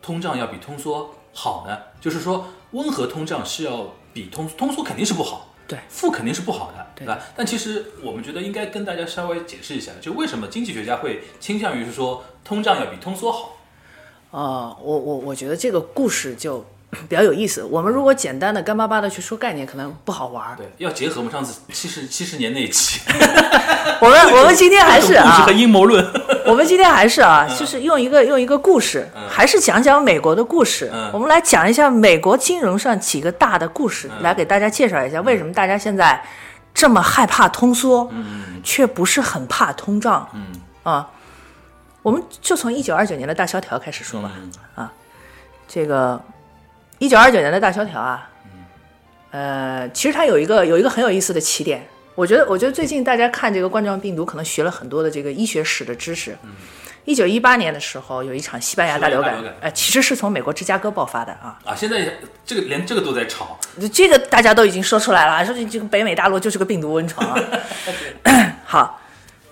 [SPEAKER 2] 通胀要比通缩好呢？就是说，温和通胀是要比通通缩肯定是不好，
[SPEAKER 3] 对
[SPEAKER 2] 负肯定是不好的，
[SPEAKER 3] 对
[SPEAKER 2] 吧？但其实我们觉得应该跟大家稍微解释一下，就为什么经济学家会倾向于是说通胀要比通缩好？
[SPEAKER 3] 哦，我我我觉得这个故事就比较有意思。我们如果简单的干巴巴的去说概念，可能不好玩儿。
[SPEAKER 2] 对，要结合我们上次七十七十年那一期，
[SPEAKER 3] 我们我们今天 还是
[SPEAKER 2] 故事
[SPEAKER 3] 啊
[SPEAKER 2] 和，阴谋论，
[SPEAKER 3] 我们今天还是啊，就是用一个用一个故事，还是讲讲美国的故事。
[SPEAKER 2] 嗯
[SPEAKER 3] 我们来讲一下美国金融上几个大的故事，来给大家介绍一下为什么大家现在这么害怕通缩，却不是很怕通胀。
[SPEAKER 2] 嗯
[SPEAKER 3] 啊，我们就从一九二九年的大萧条开始说吧。啊
[SPEAKER 2] 嗯
[SPEAKER 3] 这个一九二九年的大萧条啊，
[SPEAKER 2] 嗯
[SPEAKER 3] 呃，其实它有一个有一个很有意思的起点。我觉得，我觉得最近大家看这个冠状病毒，可能学了很多的这个医学史的知识。一九一八年的时候，有一场西班牙大流
[SPEAKER 2] 嗯西
[SPEAKER 3] 感
[SPEAKER 2] 班牙大流，感
[SPEAKER 3] 呃，其实是从美国芝加哥爆发的啊。
[SPEAKER 2] 啊，现在这个连这个都在吵，
[SPEAKER 3] 这个大家都已经说出来了，说这这个北美大陆就是个病毒温床啊。 好，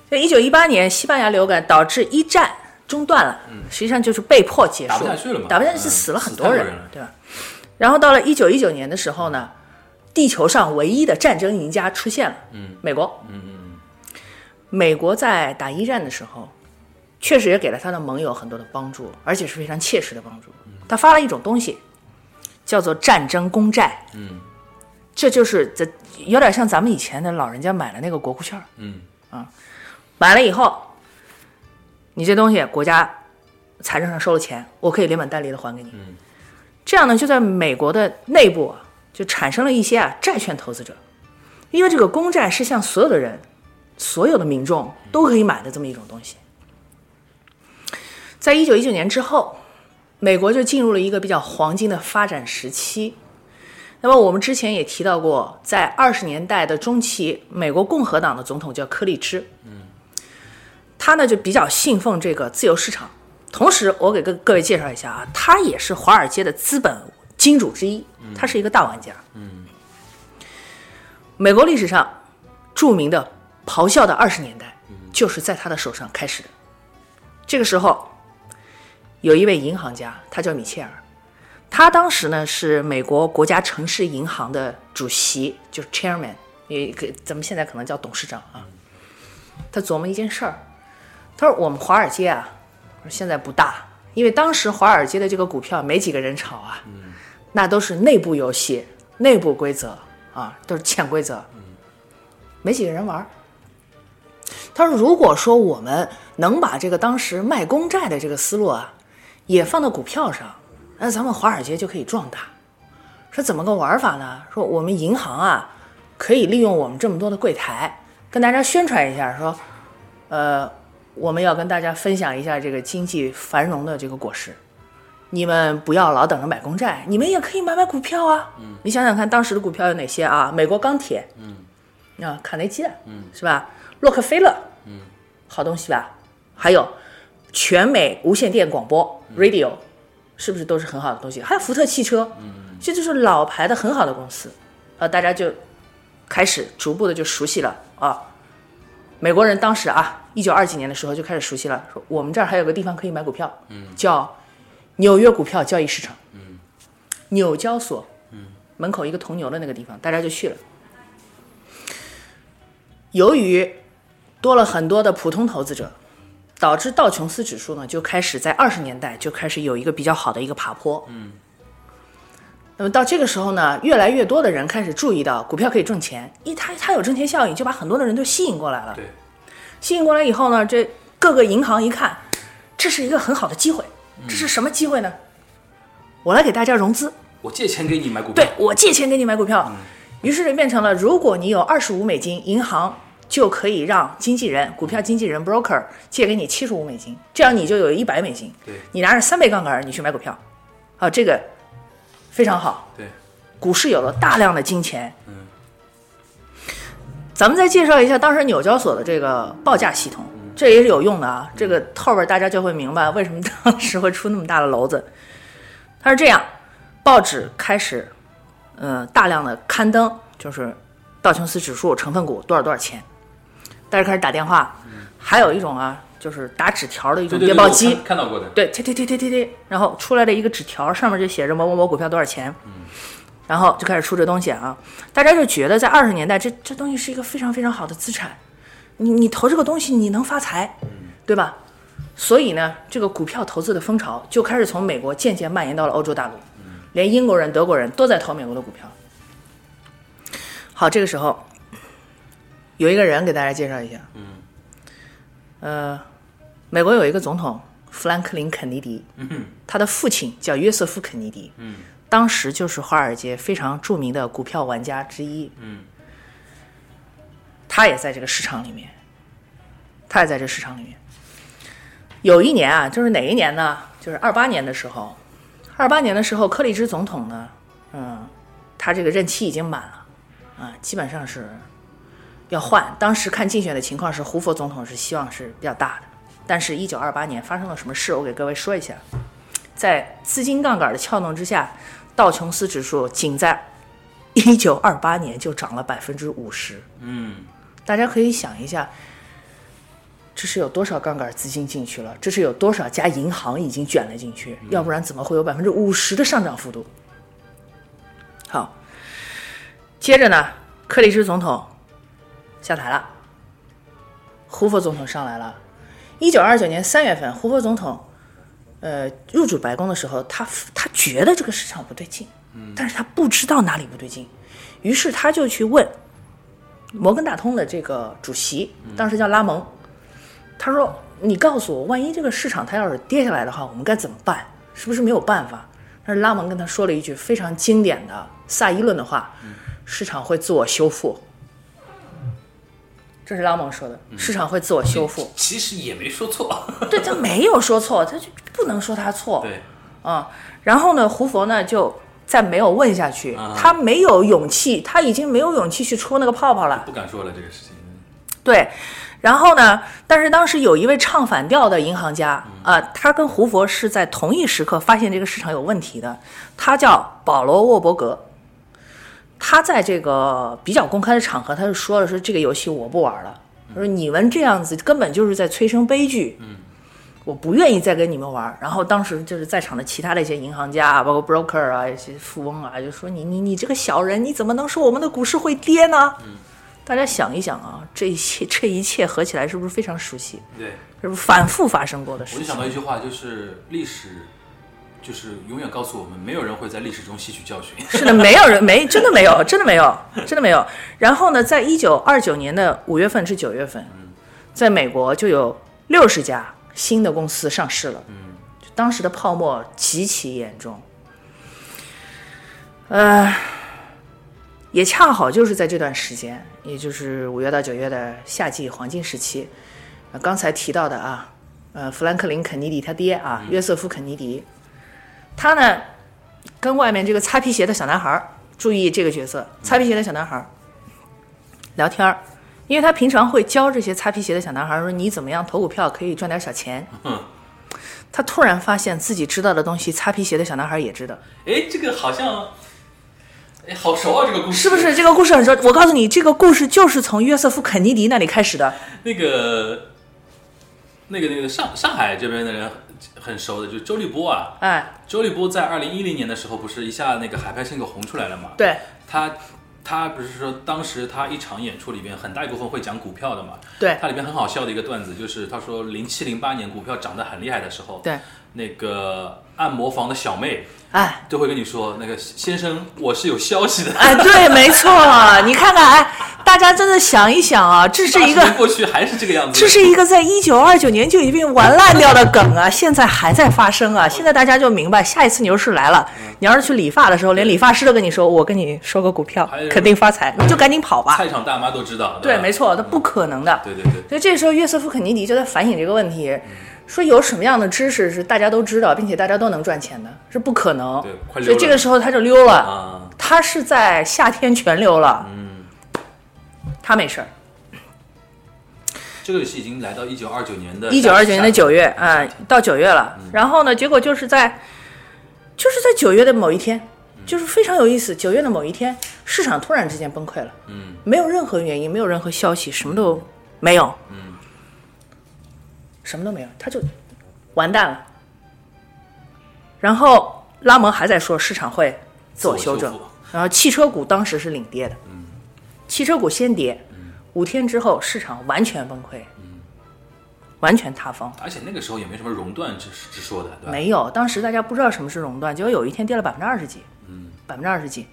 [SPEAKER 3] 所以一九一八年西班牙流感导致一战中断了，实际上就是被迫结束，
[SPEAKER 2] 嗯打不下去了嘛
[SPEAKER 3] 打不下去
[SPEAKER 2] 嗯
[SPEAKER 3] 是死了很
[SPEAKER 2] 死太
[SPEAKER 3] 多
[SPEAKER 2] 多
[SPEAKER 3] 人，
[SPEAKER 2] 人了
[SPEAKER 3] 对吧？然后到了一九一九年的时候呢，地球上唯一的战争赢家
[SPEAKER 2] 嗯
[SPEAKER 3] 出现了，嗯，美国，嗯嗯，美国在打一战的时候，确实也给了他的盟友很多的帮助，而且是非常切实的帮助。
[SPEAKER 2] 嗯
[SPEAKER 3] 他发了一种东西，叫做战争公债。嗯，这就是这有点像咱们以前的老人家买了那个国库券儿。
[SPEAKER 2] 嗯
[SPEAKER 3] 啊，买了以后，你这东西国家财政上收了钱，我可以连本带利的还给你。
[SPEAKER 2] 嗯
[SPEAKER 3] 这样呢，就在美国的内部啊，就产生了一些啊债券投资者，因为这个公债是向所有的人、所有的民众都可以买的这么一种东西。在一九一九年之后，美国就进入了一个比较黄金的发展时期。那么我们之前也提到过，在二十年代的中期，美国共和党的总统叫柯立芝，他呢就比较信奉这个自由市场。同时，我给各各位介绍一下啊，他也是华尔街的资本金主之一，他是一个大玩家。嗯，美国历史上著名的咆哮的二十年代，就是在他的手上开始的。这个时候，有一位银行家，他叫米切尔，他当时呢是美国国家城市银行的主席，就是 chairman，也给咱们现在可能叫董事长啊。他琢磨一件事儿，他说我们华尔街啊，我说现在不大，因为当时华尔街的这个股票没几个人炒啊，那都是内部游戏、内部规则啊，都是潜规则，没几个人玩儿。他说，如果说我们能把这个当时卖公债的这个思路啊，也放到股票上，那咱们华尔街就可以壮大。说怎么个玩法呢？说我们银行啊，可以利用我们这么多的柜台，跟大家宣传一下，说，呃，我们要跟大家分享一下这个经济繁荣的这个果实。你们不要老等着买公债，你们也可以买买股票啊。嗯，你想想看，当时的股票有哪些啊？美国钢铁，嗯，啊，卡内基的，嗯，是吧？洛克菲勒，嗯，好东西吧？还有全美无线电广播 （radio），、是不是都是很好的东西？还有福特汽车，嗯，这就是老牌的很好的公司。呃，大家就开始逐步的就熟悉了啊。美国人当时啊，一九二几年的时候就开始熟悉了，说我们这儿还有个地方可以买股票，嗯，叫纽约股票交易市场，嗯，纽交所，嗯，门口一个铜牛的那个地方，大家就去了。由于多了很多的普通投资者，导致道琼斯指数呢就开始在二十年代就开始有一个比较好的一个爬坡。嗯。那么到这个时候呢，越来越多的人开始注意到股票可以挣钱，一它它有挣钱效应，就把很多的人都吸引过来了。
[SPEAKER 2] 对，
[SPEAKER 3] 吸引过来以后呢，这各个银行一看，这是一个很好的机会，这是什么机会呢？我来给大家融资，
[SPEAKER 2] 我借钱给你买股票
[SPEAKER 3] 对，我借钱给你买股票，于是就变成了，如果你有二十五美金，银行就可以让经纪人、股票经纪人 broker 借给你七十五美金，这样你就有一百美金。
[SPEAKER 2] 对
[SPEAKER 3] 你拿着三倍杠杆，你去买股票，啊，这个非常好。
[SPEAKER 2] 对
[SPEAKER 3] 股市有了大量的金钱。嗯，咱们再介绍一下当时纽交所的这个报价系统，
[SPEAKER 2] 嗯
[SPEAKER 3] 这也是有用的啊。这个后边大家就会明白为什么当时会出那么大的篓子。它是这样，报纸开始，呃，大量的刊登，就是道琼斯指数成分股多少多少钱，大家开始打电话，还有一种啊，就是打纸条的一种
[SPEAKER 2] 嗯对对
[SPEAKER 3] 谍
[SPEAKER 2] 对，
[SPEAKER 3] 报
[SPEAKER 2] 我
[SPEAKER 3] 机。
[SPEAKER 2] 看看到过的，
[SPEAKER 3] 对，贴贴贴贴贴贴，然后出来的一个纸条，上面就写着某某某股票多少钱，然后就开始出这东西啊，大家就觉得在二十年代这这东西是一个非常非常好的资产，你你投这个东西你能发财，对吧？所以呢，这个股票投资的风潮就开始从美国渐渐蔓延到了欧洲大陆，连英国人、德国人都在投美国的股票。好，这个时候有一个人给大家介绍一下，嗯，呃，美国有一个总统富兰克林·肯尼迪，他的父亲叫约瑟夫·肯尼迪，嗯，当时就是华尔街非常著名的股票玩家之一，嗯，他也在这个市场里面，他也在这市场里面。有一年啊，就是哪一年呢？就是二八年的时候，二八年的时候，克里芝总统呢，嗯，他这个任期已经满了，啊，基本上是要换。当时看竞选的情况是，胡佛总统是希望是比较大的，但是，一九二八年发生了什么事？我给各位说一下，在资金杠杆的撬动之下，道琼斯指数仅在一九二八年就涨了百分之五十。
[SPEAKER 2] 嗯，
[SPEAKER 3] 大家可以想一下，这是有多少杠杆资金进去了？这是有多少家银行已经卷了进去？要不然怎么会有百分之五十的上涨幅度？好，接着呢，克里斯总统下台了，胡佛总统上来了，一九二九年三月份，胡佛总统，呃，入主白宫的时候，他他觉得这个市场不对劲，但是他不知道哪里不对劲，于是他就去问摩根大通的这个主席，当时叫拉蒙，他说：“你告诉我，万一这个市场它要是跌下来的话，我们该怎么办？是不是没有办法？”但是拉蒙跟他说了一句非常经典的萨伊论的话：“市场会自我修复。”这是拉蒙说的，市场会自我修复。
[SPEAKER 2] 其实也没说 错，
[SPEAKER 3] 对他没有说错，他就不能说他错。
[SPEAKER 2] 对，
[SPEAKER 3] 啊，然后呢，胡佛呢就再没有问下去，
[SPEAKER 2] 啊
[SPEAKER 3] 他没有勇气，他已经没有勇气去戳那个泡泡了。
[SPEAKER 2] 不敢说了这个事情。
[SPEAKER 3] 对，然后呢，但是当时有一位唱反调的银行家啊、他跟胡佛是在同一时刻发现这个市场有问题的，他叫保罗沃伯格。他在这个比较公开的场合，他就说了说这个游戏我不玩了，他说你们这样子根本就是在催生悲剧，嗯，我不愿意再跟你们玩儿。然后当时就是在场的其他的一些银行家啊，包括 broker 啊，一些富翁啊，就说你你你这个小人，你怎么能说我们的股市会跌呢？大家想一想啊，这一切这一切合起来是不是非常熟悉？
[SPEAKER 2] 对，
[SPEAKER 3] 是不是反复发生过的
[SPEAKER 2] 我
[SPEAKER 3] 事
[SPEAKER 2] 就
[SPEAKER 3] 情
[SPEAKER 2] 想？到一句话，就是历史，就是永远告诉我们，没有人会在历史中吸取教 训。
[SPEAKER 3] 是的，没有人没真的没有，真的没有，真的没有。然后呢，在一九二九年的五月份至九月份，在美国就有六十家新的公司上市了，就当时的泡沫极其严重。呃，也恰好就是在这段时间，也就是五月到九月的夏季黄金时期，呃刚才提到的啊，呃，富兰克林·肯尼迪他爹啊，约瑟夫·肯尼迪，他呢跟外面这个擦皮鞋的小男孩儿，注意这个角色，擦皮鞋的小男孩儿聊天儿，因为他平常会教这些擦皮鞋的小男孩儿说你怎么样投股票可以赚点小钱。他突然发现自己知道的东西，擦皮鞋的小男孩儿也知道，
[SPEAKER 2] 哎，这个好像，哎，好熟啊，这个故事
[SPEAKER 3] 是不是？？这个故事很说，我告诉你，这个故事就是从约瑟夫·肯尼迪那里开始的。
[SPEAKER 2] 那个，那个，那个上上海这边的人很很熟的，就是周立波啊。
[SPEAKER 3] 哎，
[SPEAKER 2] 周立波在二零一零年的时候，不是一下那个海派性格红出来了嘛？
[SPEAKER 3] 对
[SPEAKER 2] 他他不是说当时他一场演出里边很大一部分会讲股票的嘛？
[SPEAKER 3] 对
[SPEAKER 2] 它里边很好笑的一个段子就是他说零七零八年股票涨得很厉害的时候，
[SPEAKER 3] 对，
[SPEAKER 2] 那个按摩房的小妹
[SPEAKER 3] 哎。
[SPEAKER 2] 就会跟你说，那个先生我是有消息的。
[SPEAKER 3] 哎，对，没错，你看看，哎，大家真的想一想啊，这 是一个
[SPEAKER 2] 80年过去还是这个样子，
[SPEAKER 3] 这是一个在一九二九年就已经玩烂掉的梗啊，现在还在发生
[SPEAKER 2] 嗯
[SPEAKER 3] 啊！现在大家就明白，下一次牛市来了，你要是去理发的时候，连理发师都跟你说：“我跟你说个股票
[SPEAKER 2] 还有，嗯
[SPEAKER 3] 肯定发财。”你就赶紧跑吧。
[SPEAKER 2] 菜场大妈都知道。
[SPEAKER 3] 对，
[SPEAKER 2] 吧
[SPEAKER 3] 没。错，它不可能的。
[SPEAKER 2] 对嗯对对，
[SPEAKER 3] 所以这时候，约瑟夫·肯尼迪就在反省这个问题，说有什么样的知识是大家都知道，并且大家都能赚钱的，是不可能
[SPEAKER 2] 对快溜。了
[SPEAKER 3] 所以这个时候他就溜了，
[SPEAKER 2] 啊，
[SPEAKER 3] 他是在夏天全溜了。嗯，他没事儿。
[SPEAKER 2] 这个是已经来到一九二九年的
[SPEAKER 3] 一九二九年的九月，
[SPEAKER 2] 夏
[SPEAKER 3] 啊、
[SPEAKER 2] 天嗯
[SPEAKER 3] 到九月了。然后呢，结果就是在，就是在九月的某一天，就是非常有意思。九月的某一天，市场突然之间崩溃了，嗯，没有任何原因，没有任何消息，什么都没有，嗯，什么都没有，他就完蛋了。然后拉蒙还在说市场会自我修正
[SPEAKER 2] 自我修复，
[SPEAKER 3] 然后汽车股当时是领跌的，嗯，汽车股先跌，五天之后市场完全崩溃，完全塌方。
[SPEAKER 2] 而且那个时候也没什么熔断之之说的，对吧？
[SPEAKER 3] 没有，当时大家不知道什么是熔断，结果有一天跌了百分之二十几，嗯，百分之二十几。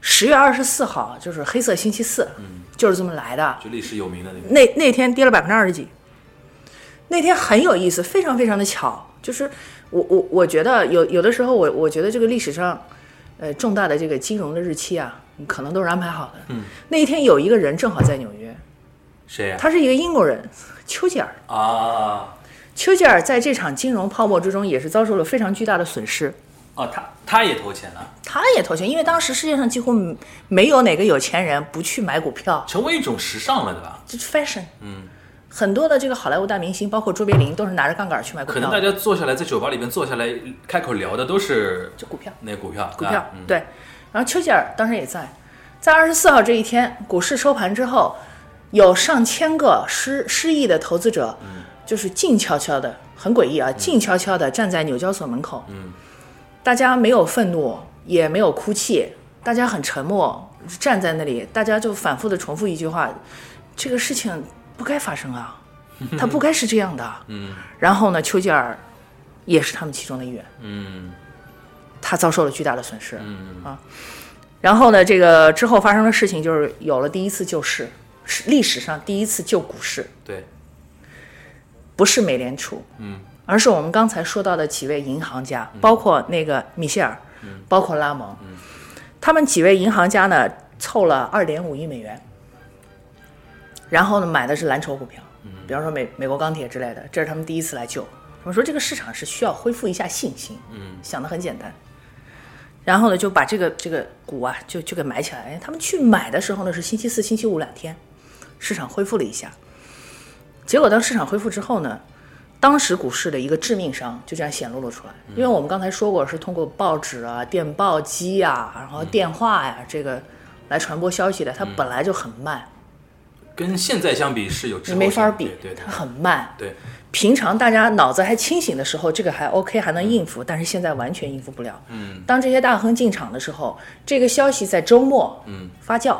[SPEAKER 3] 十月二十四号就是黑色星期四，嗯，就是这么来的。
[SPEAKER 2] 就历史有名的那个，
[SPEAKER 3] 那那天跌了百分之二十几，那天很有意思，非常非常的巧。就是我我我觉得有有的时候我我觉得这个历史上，呃，重大的这个金融的日期啊，可能都是安排好的。嗯，那一天有一个人正好在纽约，
[SPEAKER 2] 谁呀？
[SPEAKER 3] 他是一个英国人，丘吉尔。
[SPEAKER 2] 啊
[SPEAKER 3] 丘吉尔在这场金融泡沫之中也是遭受了非常巨大的损失。
[SPEAKER 2] 哦，他他也投钱了，
[SPEAKER 3] 他也投钱，因为当时世界上几乎没没有哪个有钱人不去买股票，
[SPEAKER 2] 成为一种时尚了，对吧？
[SPEAKER 3] 就是 fashion。嗯，很多的这个好莱坞大明星，包括卓别林，都是拿着杠杆去买股
[SPEAKER 2] 可
[SPEAKER 3] 票
[SPEAKER 2] 能大
[SPEAKER 3] 的，
[SPEAKER 2] 家坐下来在酒吧里边坐下来，开口聊的都是
[SPEAKER 3] 就股票，
[SPEAKER 2] 那股票，
[SPEAKER 3] 股
[SPEAKER 2] 啊
[SPEAKER 3] 票。
[SPEAKER 2] 嗯
[SPEAKER 3] 对，然后丘吉尔当时也在，在二十四号这一天，股市收盘之后，有上千个失失意的投资者，
[SPEAKER 2] 嗯
[SPEAKER 3] 就是静悄悄的，很诡异啊，静悄悄的站在纽交所门口，嗯，大家没有愤怒，也没有哭泣，大家很沉默， 站在那里，大家就反复的重复一句话：这个事情不该发生啊，它不该是这样的。
[SPEAKER 2] 嗯
[SPEAKER 3] 然后呢，丘吉尔也是他们其中的一员，
[SPEAKER 2] 嗯
[SPEAKER 3] 他遭受了巨大的损失。啊
[SPEAKER 2] 嗯
[SPEAKER 3] 然后呢，这个之后发生的事情就是有了第一次救市，是历史上第一次救股市，
[SPEAKER 2] 对，
[SPEAKER 3] 不是美联储，
[SPEAKER 2] 嗯，
[SPEAKER 3] 而是我们刚才说到的几位银行家，包括那个米歇尔，包括拉蒙，他们几位银行家呢凑了二点五亿美元，然后呢买的是蓝筹股票，比方说美美国钢铁之类的，这是他们第一次来救。我说这个市场是需要恢复一下信心，
[SPEAKER 2] 嗯，
[SPEAKER 3] 想的很简单。然后呢，就把这个这个股啊，就就给买起来。哎他们去买的时候呢，是星期四、星期五两天，市场恢复了一下。结果当市场恢复之后呢，当时股市的一个致命伤就这样显露了出来。因为我们刚才说过，是通过报纸啊、电报机啊，然后电话呀、这个来传播消息的，它本来就很慢，
[SPEAKER 2] 跟现在相比是有滞
[SPEAKER 3] 你
[SPEAKER 2] 后
[SPEAKER 3] 没法
[SPEAKER 2] 性
[SPEAKER 3] 比，
[SPEAKER 2] 对对
[SPEAKER 3] 它很慢。
[SPEAKER 2] 对
[SPEAKER 3] 平常大家脑子还清醒的时候，这个还 OK 还能应付，但是现在完全应付不了。嗯，当这些大亨进场的时候，这个消息在周末嗯发酵，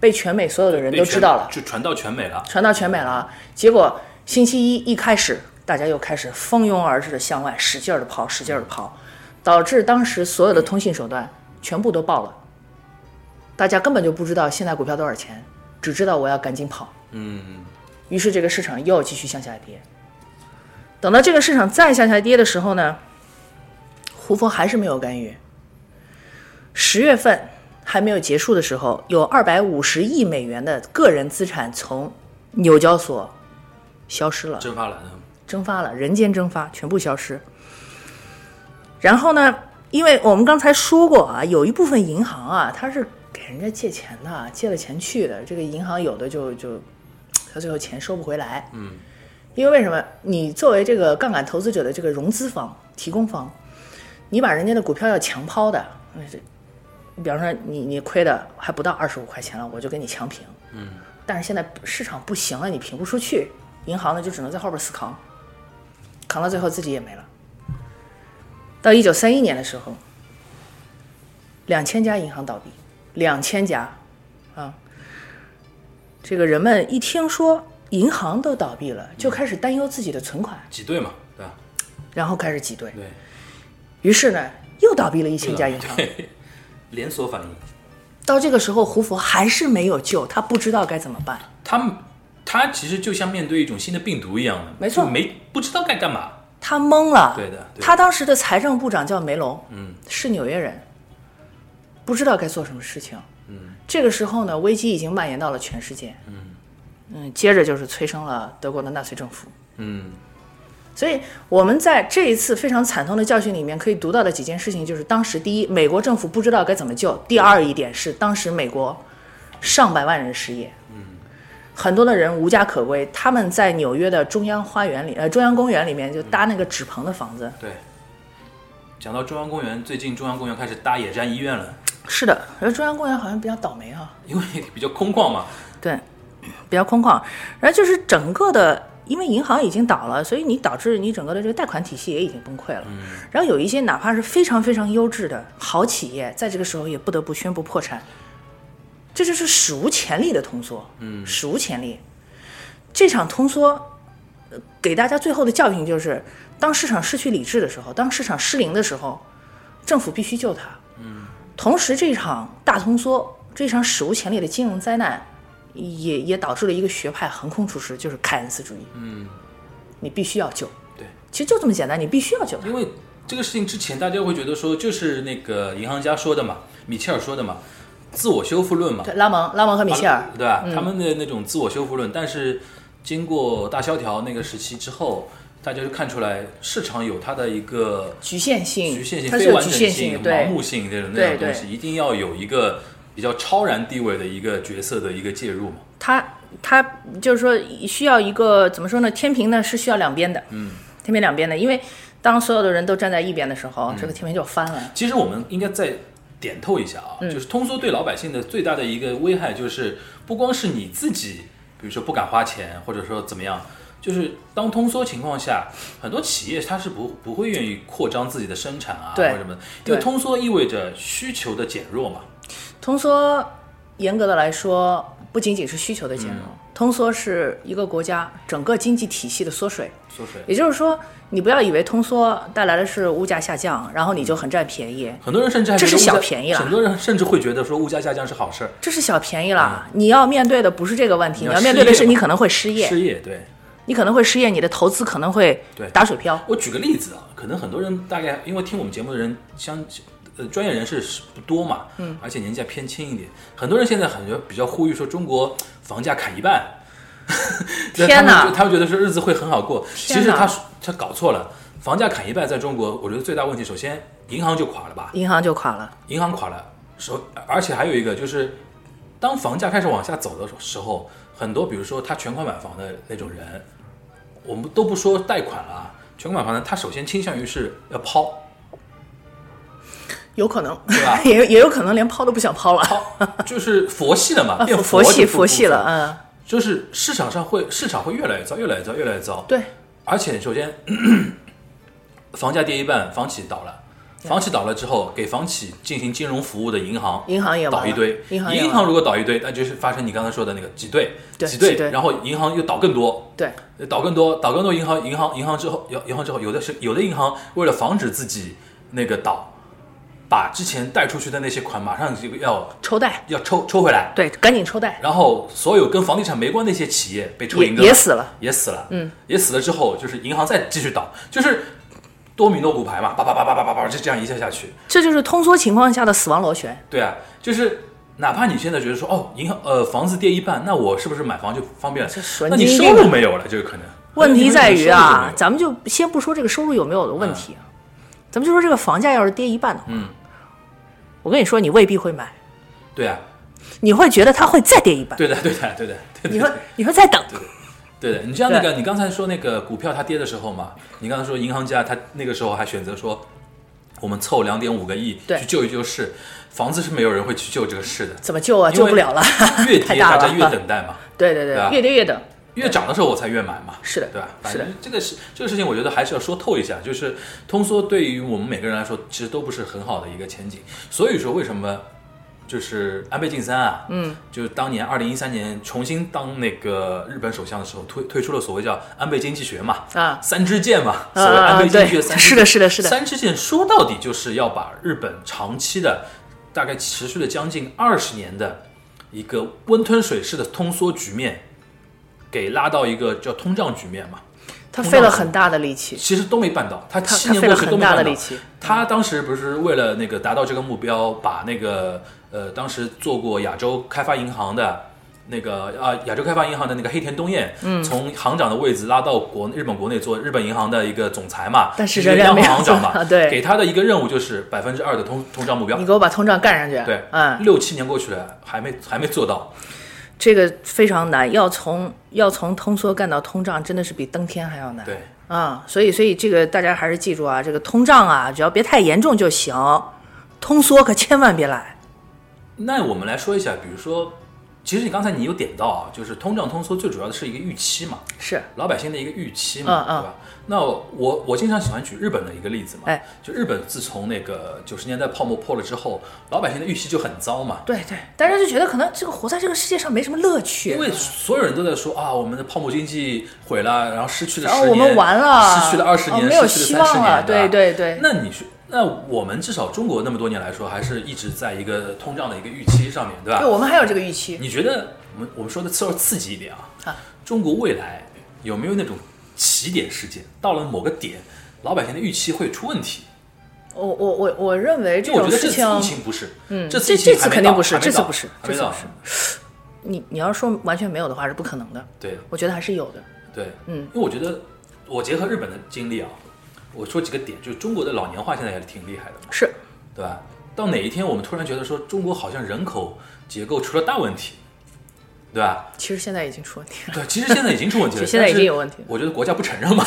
[SPEAKER 3] 被全美所有的人
[SPEAKER 2] 对，
[SPEAKER 3] 都知道了，
[SPEAKER 2] 就传到全美了，
[SPEAKER 3] 传到全美了。结果星期一一开始，大家又开始蜂拥而至的向外使劲儿的跑，使劲儿的跑，导致当时所有的通信手段全部都爆了，大家根本就不知道现在股票多少钱，只知道我要赶紧跑。
[SPEAKER 2] 嗯
[SPEAKER 3] 于是这个市场又继续向下跌。等到这个市场再向下跌的时候呢，胡佛还是没有干预。十月份还没有结束的时候，有二百五十亿美元的个人资产从纽交所消失了，
[SPEAKER 2] 蒸发了，嗯
[SPEAKER 3] 蒸发了，人间蒸发，全部消失。然后呢，因为我们刚才说过啊，有一部分银行啊，它是给人家借钱的啊，借了钱去的。这个银行有的就就，他最后钱收不回来。嗯，因为为什么？你作为这个杠杆投资者的这个融资方、提供方，你把人家的股票要强抛的，那这，比方说你你亏的还不到二十五块钱了，我就给你强平。嗯，但是现在市场不行了，你平不出去，银行呢就只能在后边死扛。扛到最后自己也没了。到一九三一年的时候，两千家银行倒闭，两千家，啊，这个人们一听说银行都倒闭了，就开始担忧自己的存款，
[SPEAKER 2] 挤兑嘛，对吧？
[SPEAKER 3] 然后开始挤兑，
[SPEAKER 2] 对，
[SPEAKER 3] 于是呢又倒闭了一千家银行。
[SPEAKER 2] 对，连锁反应，
[SPEAKER 3] 到这个时候，胡佛还是没有救，他不知道该怎么办。
[SPEAKER 2] 他们他其实就像面对一种新的病毒一样的，
[SPEAKER 3] 没错
[SPEAKER 2] 就没不知道该干嘛，
[SPEAKER 3] 他懵了。
[SPEAKER 2] 对的对的
[SPEAKER 3] 他当时的财政部长叫梅隆，嗯，是纽约人，不知道该做什么事情。嗯，这个时候呢，危机已经蔓延到了全世界。嗯接着就是催生了德国的纳粹政府。
[SPEAKER 2] 嗯
[SPEAKER 3] 所以我们在这一次非常惨痛的教训里面，可以读到的几件事情就是：当时第一，美国政府不知道该怎么救；第二一点是，当时美国上百万人失业，嗯，很多的人无家可归，他们在纽约的中央花园里，呃，中央公园里面就搭那个纸棚的房子，
[SPEAKER 2] 对。讲到中央公园，最近中央公园开始搭野战医院了，
[SPEAKER 3] 是的，而中央公园好像比较倒霉啊。
[SPEAKER 2] 因为比较空旷嘛，
[SPEAKER 3] 对， 比较空旷。然后就是整个的，因为银行已经倒了，所以你导致你整个的这个贷款体系也已经崩溃了。然后有一些哪怕是非常非常优质的好企业，在这个时候也不得不宣布破产，这就是史无前例的通缩。嗯，史无前例。这场通缩呃给大家最后的教训就是，当市场失去理智的时候，当市场失灵的时候，政府必须救它。嗯，同时这场大通缩，这场史无前例的金融灾难，也也导致了一个学派横空出世，就是凯恩斯主义。嗯，你必须要救。
[SPEAKER 2] 对，
[SPEAKER 3] 其实就这么简单，你必须要救它。
[SPEAKER 2] 因为这个事情之前，大家会觉得说，就是那个银行家说的嘛，米切尔说的嘛，自我修复论嘛，
[SPEAKER 3] 对，拉蒙、拉蒙和米歇尔，
[SPEAKER 2] 对吧？他们的那种自我修复论，但是经过大萧条那个时期之后，大家就看出来市场有它的一个
[SPEAKER 3] 局限性，
[SPEAKER 2] 局限性、
[SPEAKER 3] 它是
[SPEAKER 2] 非
[SPEAKER 3] 有
[SPEAKER 2] 完
[SPEAKER 3] 局
[SPEAKER 2] 整
[SPEAKER 3] 限
[SPEAKER 2] 性、
[SPEAKER 3] 性，
[SPEAKER 2] 盲
[SPEAKER 3] 对，
[SPEAKER 2] 目性这种那
[SPEAKER 3] 对
[SPEAKER 2] 种东西，
[SPEAKER 3] 对
[SPEAKER 2] 一定要有一个比较超然地位的一个角色的一个介入嘛。
[SPEAKER 3] 它它就是说需要一个怎么说呢？天平呢是需要两边的，嗯，天平两边的，因为当所有的人都站在一边的时
[SPEAKER 2] 嗯
[SPEAKER 3] 候，这个天平就翻了。
[SPEAKER 2] 其实我们应该再点透一下啊，
[SPEAKER 3] 嗯
[SPEAKER 2] 就是通缩对老百姓的最大的一个危害，就是不光是你自己，比如说不敢花钱，或者说怎么样，就是当通缩情况下，很多企业它是不不会愿意扩张自己的生产啊，或
[SPEAKER 3] 对
[SPEAKER 2] 者什么的，因
[SPEAKER 3] 对
[SPEAKER 2] 为通缩意味着需求的减弱嘛。嗯
[SPEAKER 3] 通缩，严格的来说，不仅仅是需求的减弱，通缩是一个国家整个经济体系的缩水。
[SPEAKER 2] 缩水。
[SPEAKER 3] 也就是说，你不要以为通缩带来的是物价下降，然后你就很占便宜，
[SPEAKER 2] 很多人甚至还
[SPEAKER 3] 这
[SPEAKER 2] 觉得
[SPEAKER 3] 是
[SPEAKER 2] 物价
[SPEAKER 3] 小便宜啊了
[SPEAKER 2] 很多人甚至会觉得说物价下降是好事儿，
[SPEAKER 3] 这是小便宜啦。你要面对的不是这个问题，
[SPEAKER 2] 嗯你
[SPEAKER 3] 你
[SPEAKER 2] 要
[SPEAKER 3] 要面对的
[SPEAKER 2] 失
[SPEAKER 3] 是
[SPEAKER 2] 业嘛
[SPEAKER 3] 你可能会失业，
[SPEAKER 2] 失业对。
[SPEAKER 3] 你可能会失业，你的投资可能会
[SPEAKER 2] 对
[SPEAKER 3] 打水漂。
[SPEAKER 2] 我举个例子啊，可能很多人大概因为听我们节目的人相。呃，专业人士是不多嘛，嗯，而且年纪还偏轻一点，很多人现在很多比较呼吁说中国房价砍一半，
[SPEAKER 3] 天
[SPEAKER 2] 他们
[SPEAKER 3] 哪
[SPEAKER 2] 就他们觉得说日子会很好过，其
[SPEAKER 3] 天
[SPEAKER 2] 实
[SPEAKER 3] 哪
[SPEAKER 2] 他他搞错了，房价砍一半在中国，我觉得最大问题首先银行就垮了吧，
[SPEAKER 3] 银行就垮了，
[SPEAKER 2] 银行垮了，首而且还有一个就是，当房价开始往下走的时候，很多比如说他全款买房的那种人，我们都不说贷款了啊，全款买房的他首先倾向于是要抛
[SPEAKER 3] 有可能
[SPEAKER 2] 对吧
[SPEAKER 3] 也有也有可能连抛都不想抛了，
[SPEAKER 2] 抛，就是佛系了嘛，变
[SPEAKER 3] 啊 佛系
[SPEAKER 2] 就不
[SPEAKER 3] 佛系了，
[SPEAKER 2] 不
[SPEAKER 3] 嗯，
[SPEAKER 2] 就是市场上会市场会越来越糟，越来越糟，越来越糟。
[SPEAKER 3] 对，
[SPEAKER 2] 而且首先，房价跌一半，房企倒了。房企倒了之后，给房企进行金融服务的银行，
[SPEAKER 3] 银行也完
[SPEAKER 2] 倒
[SPEAKER 3] 了
[SPEAKER 2] 一堆。
[SPEAKER 3] 银行也
[SPEAKER 2] 银
[SPEAKER 3] 完
[SPEAKER 2] 行如果倒一堆，那就是发生你刚才说的那个挤兑，
[SPEAKER 3] 对
[SPEAKER 2] 挤兑，
[SPEAKER 3] 挤兑
[SPEAKER 2] 然后银行又倒更多，
[SPEAKER 3] 对，
[SPEAKER 2] 倒更多，倒更多银行，银行，银行之后，银行之后，有的是有的银行为了防止自己那个倒，把之前贷出去的那些款马上就要
[SPEAKER 3] 抽贷，
[SPEAKER 2] 要抽抽回来，
[SPEAKER 3] 对，赶紧抽贷，
[SPEAKER 2] 然后所有跟房地产没关的一些企业被抽
[SPEAKER 3] 也
[SPEAKER 2] 赢的
[SPEAKER 3] 也死了，
[SPEAKER 2] 也死了，嗯，也死了之后，就是银行再继续倒，就是多米诺骨牌嘛，叭叭叭叭叭叭叭，就这样一下下去。
[SPEAKER 3] 这就是通缩情况下的死亡螺旋。
[SPEAKER 2] 对啊，就是哪怕你现在觉得说，哦，银行呃房子跌一半，那我是不是买房就方便了
[SPEAKER 3] 神？
[SPEAKER 2] 那你
[SPEAKER 3] 经
[SPEAKER 2] 收
[SPEAKER 3] 病啊
[SPEAKER 2] 入没有了，这个可能。
[SPEAKER 3] 问题在于啊，
[SPEAKER 2] 咱
[SPEAKER 3] 咱们就先不说这个收入有没有的问题啊，咱们就说这个房价要是跌一半的话，
[SPEAKER 2] 嗯
[SPEAKER 3] 我跟你说，你未必会买，
[SPEAKER 2] 对啊，
[SPEAKER 3] 你会觉得它会再跌一半，
[SPEAKER 2] 对的，对的，对的，对
[SPEAKER 3] 你
[SPEAKER 2] 的
[SPEAKER 3] 会，你会再等，
[SPEAKER 2] 对的。你像那个，你刚才说那个股票它跌的时候嘛，你刚才说银行家他那个时候还选择说，我们凑两点五个亿
[SPEAKER 3] 对
[SPEAKER 2] 去救一救市，房子是没有人会去救这个市的，
[SPEAKER 3] 怎么救啊？
[SPEAKER 2] 因
[SPEAKER 3] 救
[SPEAKER 2] 为
[SPEAKER 3] 不了了，
[SPEAKER 2] 越
[SPEAKER 3] 太
[SPEAKER 2] 跌
[SPEAKER 3] 大
[SPEAKER 2] 大
[SPEAKER 3] 了
[SPEAKER 2] 家越等 待嘛。
[SPEAKER 3] 对对对
[SPEAKER 2] 对啊
[SPEAKER 3] 越跌越等，
[SPEAKER 2] 越涨的时候我才越买嘛，
[SPEAKER 3] 是的
[SPEAKER 2] 对吧？
[SPEAKER 3] 是
[SPEAKER 2] 反
[SPEAKER 3] 的
[SPEAKER 2] 正这个是这个事情，我觉得还是要说透一下，就是通缩对于我们每个人来说，其实都不是很好的一个前景。所以说，为什么就是安倍晋三啊，嗯，就是当年二零一三年重新当那个日本首相的时候，推推出了所谓叫安倍经济学嘛，
[SPEAKER 3] 啊
[SPEAKER 2] 三支箭嘛，
[SPEAKER 3] 啊
[SPEAKER 2] 所谓安倍经济学
[SPEAKER 3] 对
[SPEAKER 2] 三支箭、
[SPEAKER 3] 是的是的是的
[SPEAKER 2] 三支箭说到底就是要把日本长期的，大概持续了将近二十年的一个温吞水式的通缩局面，给拉到一个叫通胀局面嘛。
[SPEAKER 3] 他费了很大的力气，
[SPEAKER 2] 其实都没办到，他
[SPEAKER 3] 他
[SPEAKER 2] 七
[SPEAKER 3] 他
[SPEAKER 2] 年
[SPEAKER 3] 费
[SPEAKER 2] 过
[SPEAKER 3] 了
[SPEAKER 2] 去都
[SPEAKER 3] 很
[SPEAKER 2] 没
[SPEAKER 3] 大的
[SPEAKER 2] 办到。啊
[SPEAKER 3] 力气，
[SPEAKER 2] 他当时不是为了那个达到这个目标，把那个呃，当时做过亚洲开发银行的那个啊、亚洲开发银行的那个黑田东彦，嗯，从行长的位置拉到国日本国内做日本银行的一个总裁嘛，
[SPEAKER 3] 但是
[SPEAKER 2] 一个
[SPEAKER 3] 仍然
[SPEAKER 2] 央
[SPEAKER 3] 没有
[SPEAKER 2] 行行长嘛，
[SPEAKER 3] 做 对
[SPEAKER 2] 给他的一个任务就是百分之二的通通胀目标
[SPEAKER 3] 你，给我把通胀干上去，
[SPEAKER 2] 对，
[SPEAKER 3] 嗯，
[SPEAKER 2] 六七年过去了，还没还没做到，
[SPEAKER 3] 这个非常难，要从要从通缩干到通胀，真的是比登天还要难。
[SPEAKER 2] 对，
[SPEAKER 3] 啊，所以所以这个大家还是记住啊，这个通胀啊，只要别太严重就行，通缩可千万别来。
[SPEAKER 2] 那我们来说一下，比如说，其实你刚才你有点到啊，就是通胀通缩最主要的是一个预期嘛，
[SPEAKER 3] 是，
[SPEAKER 2] 老百姓的一个预期嘛，
[SPEAKER 3] 嗯嗯
[SPEAKER 2] 对吧？那我我经常喜欢举日本的一个例子嘛，
[SPEAKER 3] 哎
[SPEAKER 2] 就日本自从那个九十年代泡沫破了之后，老百姓的预期就很糟嘛，
[SPEAKER 3] 对对，大家就觉得可能这个活在这个世界上没什么乐趣，
[SPEAKER 2] 因为所有人都在说啊，我们的泡沫经济毁了，然后失去了
[SPEAKER 3] 然
[SPEAKER 2] 十
[SPEAKER 3] 后啊
[SPEAKER 2] 年，
[SPEAKER 3] 我们完了，
[SPEAKER 2] 失去了二十年，
[SPEAKER 3] 哦没有
[SPEAKER 2] 失
[SPEAKER 3] 希
[SPEAKER 2] 去了三十
[SPEAKER 3] 望
[SPEAKER 2] 年
[SPEAKER 3] 了。，对
[SPEAKER 2] 吧
[SPEAKER 3] 对对，
[SPEAKER 2] 那你说，那我们至少中国那么多年来说，还是一直在一个通胀的一个预期上面，对吧？
[SPEAKER 3] 对我们还有这个预期。
[SPEAKER 2] 你觉得我们我们说的刺刺激一点啊，
[SPEAKER 3] 啊
[SPEAKER 2] 中国未来有没有那种起点事件？到了某个点，老百姓的预期会出问题？
[SPEAKER 3] 我我我我认为这
[SPEAKER 2] 因为我
[SPEAKER 3] 种
[SPEAKER 2] 觉得
[SPEAKER 3] 事
[SPEAKER 2] 这次
[SPEAKER 3] 情，
[SPEAKER 2] 疫情不是，嗯，这次
[SPEAKER 3] 这
[SPEAKER 2] 疫情
[SPEAKER 3] 这次
[SPEAKER 2] 还没
[SPEAKER 3] 肯定
[SPEAKER 2] 到
[SPEAKER 3] 不是
[SPEAKER 2] 还没
[SPEAKER 3] 这次
[SPEAKER 2] 到
[SPEAKER 3] 不是
[SPEAKER 2] 还没
[SPEAKER 3] 这次
[SPEAKER 2] 到
[SPEAKER 3] 不是你你要说完全没有的话是不可能的，
[SPEAKER 2] 对
[SPEAKER 3] 我觉得还是有的。
[SPEAKER 2] 对，嗯，因为我觉得我结合日本的经历啊，我说几个点，就是中国的老年化现在也挺厉害的嘛，
[SPEAKER 3] 是，
[SPEAKER 2] 对吧？到哪一天我们突然觉得说中国好像人口结构出了大问题，对吧？
[SPEAKER 3] 其实现在已经出问题了。
[SPEAKER 2] 对，其实现在已经出 问题了，
[SPEAKER 3] 现在已经
[SPEAKER 2] 但是
[SPEAKER 3] 有问题了
[SPEAKER 2] 我觉得国家不承认嘛，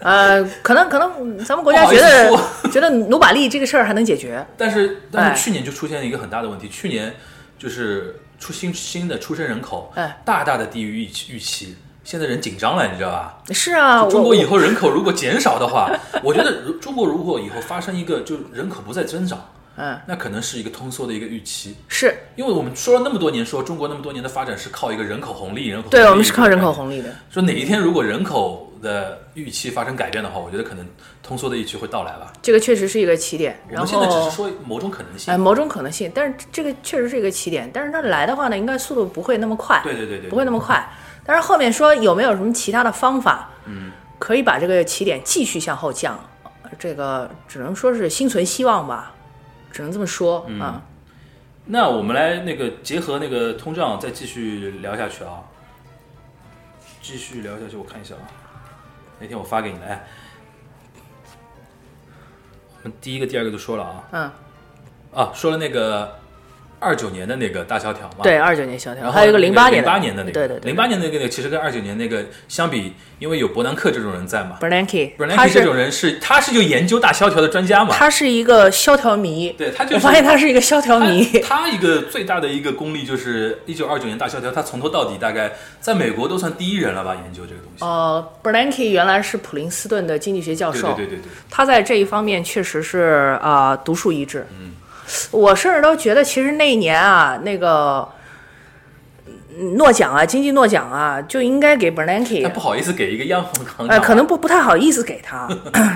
[SPEAKER 3] 呃，可能可能咱们国家
[SPEAKER 2] 不好
[SPEAKER 3] 觉
[SPEAKER 2] 意思
[SPEAKER 3] 得觉得努把力这个事儿还能解决，
[SPEAKER 2] 但是但
[SPEAKER 3] 哎
[SPEAKER 2] 是去年就出现了一个很大的问题，去年就是出新新的出生人口，
[SPEAKER 3] 哎
[SPEAKER 2] 大大的低于预期预期。现在人紧张了，你知道吧？
[SPEAKER 3] 是啊，我
[SPEAKER 2] 中国以
[SPEAKER 3] 我
[SPEAKER 2] 后 人口如果减少的话，我觉得如中国如果以后发生一个就是人口不再增长，
[SPEAKER 3] 嗯，
[SPEAKER 2] 那可能是一个通缩的一个预期，
[SPEAKER 3] 是
[SPEAKER 2] 因为我们说了那么多年说，中国那么多年的发展是靠一个人口红利，人口红利
[SPEAKER 3] 对，我们是靠人口红利的。
[SPEAKER 2] 说哪一天如果人口的预期发生改变的话，我觉得可能通缩的预期会到来吧。
[SPEAKER 3] 这个确实是一个起点。
[SPEAKER 2] 我
[SPEAKER 3] 然
[SPEAKER 2] 们
[SPEAKER 3] 后，
[SPEAKER 2] 现在只是说某种可能性
[SPEAKER 3] 哎，，某种可能性，但是这个确实是一个起点。但是它来的话呢，应该速度不会那么快，
[SPEAKER 2] 对对对对，
[SPEAKER 3] 不会那么快。但是后面说有没有什么其他的方法，嗯，可以把这个起点继续向后降？呃这个只能说是心存希望吧，只能这么说
[SPEAKER 2] 嗯
[SPEAKER 3] 啊。
[SPEAKER 2] 那我们来那个结合那个通胀再继续聊下去啊，继续聊下去，我看一下啊，那天我发给你的，哎，我们第一个、第二个都说了啊，
[SPEAKER 3] 嗯，
[SPEAKER 2] 啊，说了那个二九年的那个大萧条嘛，
[SPEAKER 3] 对，，二九年萧条，
[SPEAKER 2] 然后
[SPEAKER 3] 还有一个零八年
[SPEAKER 2] 零
[SPEAKER 3] 的，
[SPEAKER 2] 八年的那个，
[SPEAKER 3] 对对对，
[SPEAKER 2] 零八年那个那个其实跟二九年那个相比，因为有伯南克这种人在嘛
[SPEAKER 3] b e r l a n k i
[SPEAKER 2] 伯南
[SPEAKER 3] 他
[SPEAKER 2] 克这
[SPEAKER 3] 是
[SPEAKER 2] 种人是他是就研究大萧条的专家嘛，
[SPEAKER 3] 他是一个萧条迷，
[SPEAKER 2] 对他就是
[SPEAKER 3] 我发现他是一个萧条迷，
[SPEAKER 2] 他他一个最大的一个功力就是一九二九年大萧条，他从头到底大概在美国都算第一人了吧，研究这个东 西。
[SPEAKER 3] 呃 b e r l a n k i 原来是普林斯顿的经济学教
[SPEAKER 2] 对
[SPEAKER 3] 授，
[SPEAKER 2] 对对对对，
[SPEAKER 3] 他在这一方面确实是啊、呃独树一帜。嗯，我甚至都觉得，其实那一年啊，那个嗯诺奖啊，经济诺奖啊，就应该给 Bernanke，
[SPEAKER 2] 但不好意思给一个央行行
[SPEAKER 3] 呃，
[SPEAKER 2] 长，
[SPEAKER 3] 可能不不太好意思给他，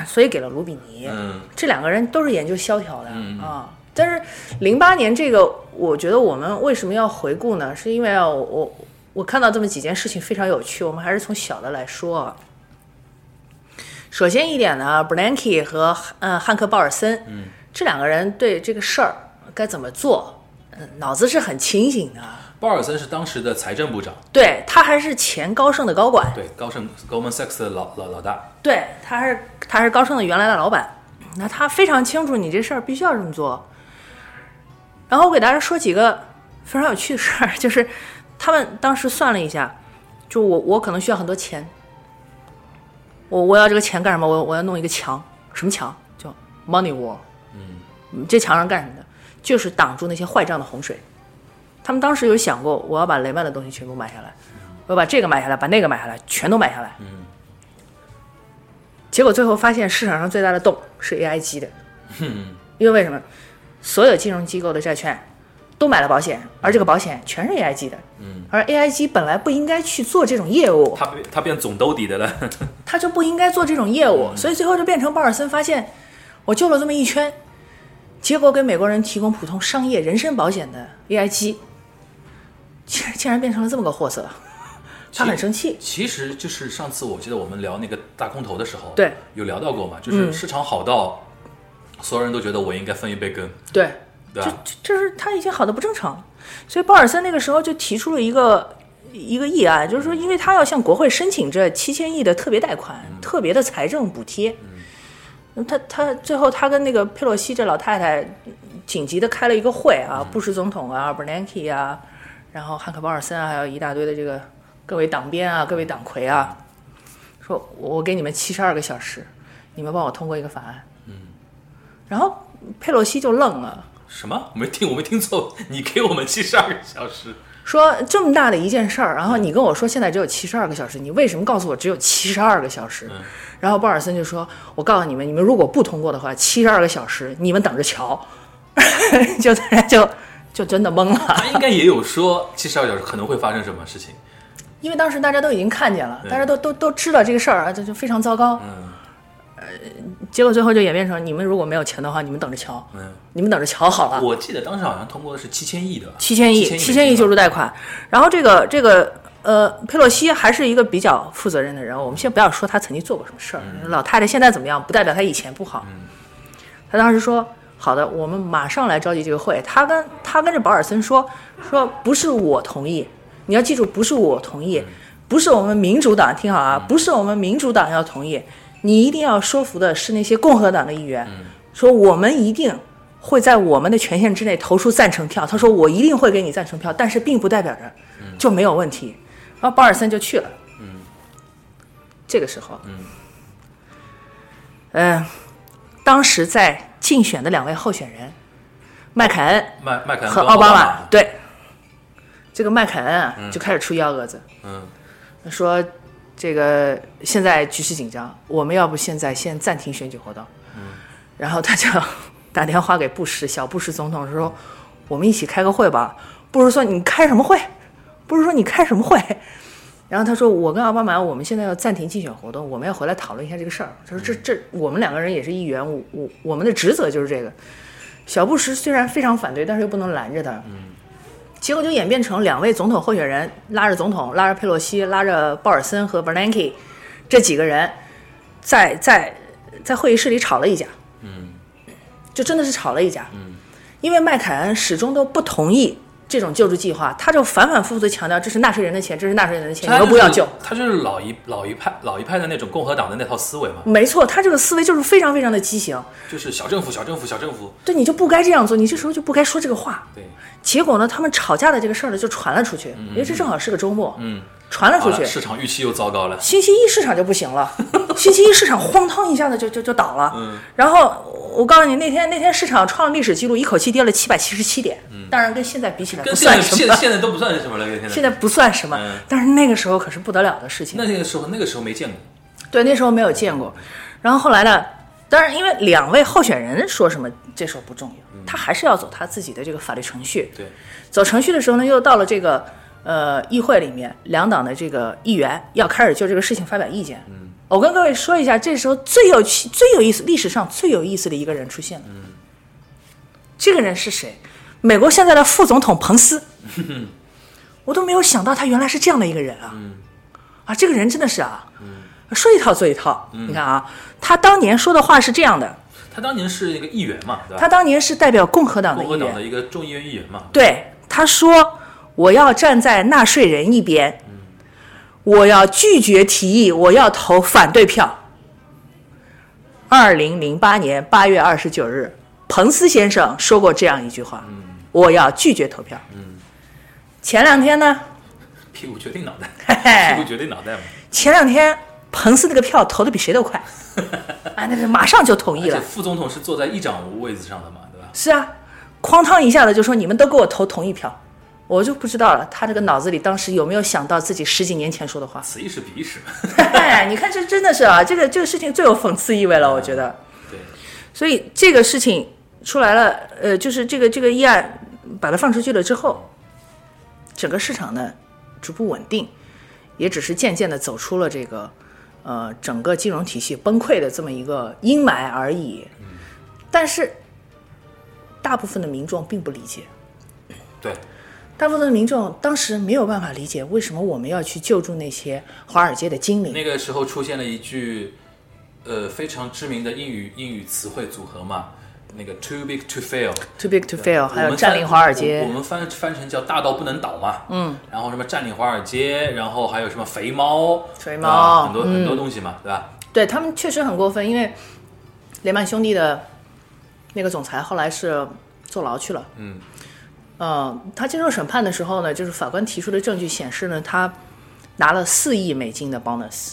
[SPEAKER 3] 所以给了卢比尼。
[SPEAKER 2] 嗯，
[SPEAKER 3] 这两个人都是研究萧条的、啊。但是零八年这个，我觉得我们为什么要回顾呢？是因为啊，我我我看到这么几件事情非常有趣，我们还是从小的来说啊。首先一点呢 b r a n k e 和呃汉克鲍尔森，嗯，这两个人对这个事儿该怎么做，嗯，脑子是很清醒的。
[SPEAKER 2] 鲍尔森是当时的财政部长，
[SPEAKER 3] 对他还是前高盛的高管，
[SPEAKER 2] 对高盛 Goldman Sachs 的老老老大，
[SPEAKER 3] 对，他是他是高盛的原来的老板，那他非常清楚你这事儿必须要这么做。然后我给大家说几个非常有趣的事儿， 就是他们当时算了一下，就我我可能需要很多钱，我我要这个钱干什么？我我要弄一个墙，什么墙？叫 money wall。嗯，这墙上干什么的？就是挡住那些坏账的洪水。他们当时有想过，我要把雷曼的东西全部买下来，我要把这个买下来，把那个买下来，全都买下来。结果最后发现市场上最大的洞是 AIG 的，因为为什么？所有金融机构的债券都买了保险，而这个保险全是 AIG 的，嗯，而 AIG 本来不应该去做这种业务，
[SPEAKER 2] 他变他变总兜底的了，
[SPEAKER 3] 他就不应该做这种业务，所以最后就变成鲍尔森发现，我救了这么一圈，结果给美国人提供普通商业人身保险的 AIG，竟然竟然变成了这么个货色，他很生气，
[SPEAKER 2] 其实就是上次我记得我们聊那个大空头的时候，
[SPEAKER 3] 对，嗯
[SPEAKER 2] 有聊到过嘛，就是市场好到所有人都觉得我应该分一杯羹，
[SPEAKER 3] 对，
[SPEAKER 2] 对
[SPEAKER 3] 就
[SPEAKER 2] 吧？
[SPEAKER 3] 就就是他已经好的不正常了，所以鲍尔森那个时候就提出了一个一个议案，就是说，因为他要向国会申请这七千亿的特别贷款、特别的财政补贴，嗯、他他最后他跟那个佩洛西这老太太嗯紧急的开了一个会啊，布什总统啊、Bernanke 啊，然后汉克鲍尔森啊，还有一大堆的这个各位党鞭啊、各位党魁啊，说我给你们七十二个小时，你们帮我通过一个法案，嗯，然后佩洛西就愣了。
[SPEAKER 2] 什么？我没听，我没听错，你给我们七十二个小时，
[SPEAKER 3] 说这么大的一件事儿，然后你跟我说现在只有七十二个小时，你为什么告诉我只有七十二个小时？
[SPEAKER 2] 嗯
[SPEAKER 3] 然后鲍尔森就说：“我告诉你们，你们如果不通过的话，七十二个小时你们等着瞧。” 就大家就就真的懵了，
[SPEAKER 2] 他应该也有说七十二小时可能会发生什么事情。
[SPEAKER 3] 因为当时大家都已经看见了，大家都都都知道这个事儿啊，这就非常糟糕。呃
[SPEAKER 2] 嗯
[SPEAKER 3] 结果最后就演变成你们如果没有钱的话，你们等着瞧，
[SPEAKER 2] 嗯，
[SPEAKER 3] 你们等着瞧好了。
[SPEAKER 2] 我记得当时好像通过的是七千亿的吧，
[SPEAKER 3] 七千亿，
[SPEAKER 2] 七
[SPEAKER 3] 七千亿救
[SPEAKER 2] 是
[SPEAKER 3] 助贷款。然后这个这个呃，佩洛西还是一个比较负责任的人。我们先不要说他曾经做过什么事儿，老太太现在怎么样，不代表她以前不好。他当时说：“好的，我们马上来召集这个会。”他跟他跟着保尔森说：“说不是我同意，你要记住，不是我同意，不是我们民主党，听好啊，不是我们民主党要同意，你一定要说服的是那些共和党的议员，说我们一定。”会在我们的权限之内投出赞成票。他说：“我一定会给你赞成票，但是并不代表着就没有问题。”然后保尔森就去了。嗯，这个时候，嗯，当时在竞选的两位候选人，麦凯恩
[SPEAKER 2] 麦麦肯
[SPEAKER 3] 和
[SPEAKER 2] 奥
[SPEAKER 3] 奥巴马
[SPEAKER 2] 马，，
[SPEAKER 3] 对，这个麦凯恩啊，就开始出幺蛾子，
[SPEAKER 2] 嗯，
[SPEAKER 3] 说这个现在局势紧张，我们要不现在先暂停选举活动，嗯，然后他就。打电话给布什，小布什总统说，我们一起开个会吧。布什说你开什么会？布什说你开什么会？然后他说：“我跟奥巴马，我们现在要暂停竞选活动，我们要回来讨论一下这个事儿。”他说这：“这我们两个人也是议员，我我我们的职责就是这个。”小布什虽然非常反对，但是又不能拦着他。结果就演变成两位总统候选人拉着总统，拉着佩洛西，拉着鲍尔森和 Bernanke 这几个人在在在会议室里吵了一架。嗯，就真的是吵了一架。嗯，因为麦凯恩始终都不同意这种救助计划，他就反反复复的强调这是纳税人的钱，这是纳税人的钱，你
[SPEAKER 2] 他
[SPEAKER 3] 们
[SPEAKER 2] 就是
[SPEAKER 3] 不要救。
[SPEAKER 2] 他就是老一老一派老一派的那种共和党的那套思维嘛，
[SPEAKER 3] 没错，他这个思维就是非常非常的畸形。
[SPEAKER 2] 就是小政府小政府小政府，
[SPEAKER 3] 对，你就不该这样做，你这时候就不该说这个话。
[SPEAKER 2] 对，
[SPEAKER 3] 结果呢，他们吵架的这个事儿呢就传了出去，因为这正好是个周末，嗯，传了
[SPEAKER 2] 嗯好
[SPEAKER 3] 出
[SPEAKER 2] 了，
[SPEAKER 3] 去，
[SPEAKER 2] 市场预期又糟糕了，
[SPEAKER 3] 星期一市场就不行 了，星期一市场咣当一下子就就就倒了。
[SPEAKER 2] 嗯
[SPEAKER 3] 然后我告诉你，那天那天市场创历史记录，一口气跌了七百七十七点，当然跟现在比起来不
[SPEAKER 2] 嗯跟现在
[SPEAKER 3] 算什
[SPEAKER 2] 现
[SPEAKER 3] 么
[SPEAKER 2] 在，现在都不算是什么了，跟现 在
[SPEAKER 3] 现在不算什么
[SPEAKER 2] 嗯，
[SPEAKER 3] 但是那个时候可是不得了的事情。
[SPEAKER 2] 那个时候那个时候没见过，
[SPEAKER 3] 对，那时候没有见过。然后后来呢，当然因为两位候选人说什么，这时候不重
[SPEAKER 2] 嗯
[SPEAKER 3] 要，他还是要走他自己的这个法律程序。
[SPEAKER 2] 对，
[SPEAKER 3] 走程序的时候呢，又到了这个呃议会里面，两党的这个议员要开始就这个事情发表意见。嗯，我跟各位说一下，这时候最有趣、最有意思，历史上最有意思的一个人出现了。嗯，这个人是谁？美国现在的副总统彭 斯。我都没有想到他原来是这样的一个人啊！
[SPEAKER 2] 嗯
[SPEAKER 3] 啊，这个人真的是啊，说一套做一套。
[SPEAKER 2] 嗯
[SPEAKER 3] 你看啊，他当年说的话是这样
[SPEAKER 2] 啊
[SPEAKER 3] 的，
[SPEAKER 2] 他当年是一个议员嘛，对吧？
[SPEAKER 3] 他当年是代表共和党的
[SPEAKER 2] 共
[SPEAKER 3] 议
[SPEAKER 2] 和党的
[SPEAKER 3] 员，
[SPEAKER 2] 一个众议院议员嘛，
[SPEAKER 3] 对，他说我要站在纳税人一边，我要拒绝提议，我要投反对票。二零零八年八月二十九日，彭斯先生说过这样一句话：我要拒绝投票。前两天呢，
[SPEAKER 2] 屁股决定脑袋，
[SPEAKER 3] 嘿嘿哎
[SPEAKER 2] 屁股决定脑袋嘛，
[SPEAKER 3] 前两天彭斯那个票投的比谁都快，啊，那是马上就同意
[SPEAKER 2] 而且
[SPEAKER 3] 了。
[SPEAKER 2] 副总统是坐在议长位子上的嘛，对吧？？
[SPEAKER 3] 是啊，哐当一下子就说你们都给我投同意票，我就不知道了，他这个脑子里当时有没有想到自己十几年前说的话
[SPEAKER 2] 此一时彼一时，
[SPEAKER 3] 哎，你看这真的是啊，这个这个事情最有讽刺意味了，我觉得。
[SPEAKER 2] 对，
[SPEAKER 3] 所以这个事情出来了，呃，就是这个这个议案把它放出去了之后，整个市场呢逐步稳定，也只是渐渐的走出了这个呃整个金融体系崩溃的这么一个阴霾而已。但是大部分的民众并不理解，
[SPEAKER 2] 对，
[SPEAKER 3] 大部分的民众当时没有办法理解为什么我们要去救助那些华尔街的精灵。
[SPEAKER 2] 那个时候出现了一句，呃，非常知名的英语英语词汇组合嘛，那个 too big to fail，
[SPEAKER 3] Too big to fail，还哦
[SPEAKER 2] 我
[SPEAKER 3] 有
[SPEAKER 2] 们
[SPEAKER 3] 占
[SPEAKER 2] 翻
[SPEAKER 3] 领华尔街。
[SPEAKER 2] 我我们翻翻成叫大到不能倒嘛，嗯，然后什么占领华尔街，然后还有什么肥猫，
[SPEAKER 3] 肥
[SPEAKER 2] 对
[SPEAKER 3] 猫嗯
[SPEAKER 2] 吧很多、很多东西嘛，对吧？
[SPEAKER 3] 对他们确实很过分，因为雷曼兄弟的那个总裁后来是坐牢去了。嗯，呃，他接受审判的时候呢，就是法官提出的证据显示呢，他拿了四亿美金的 bonus，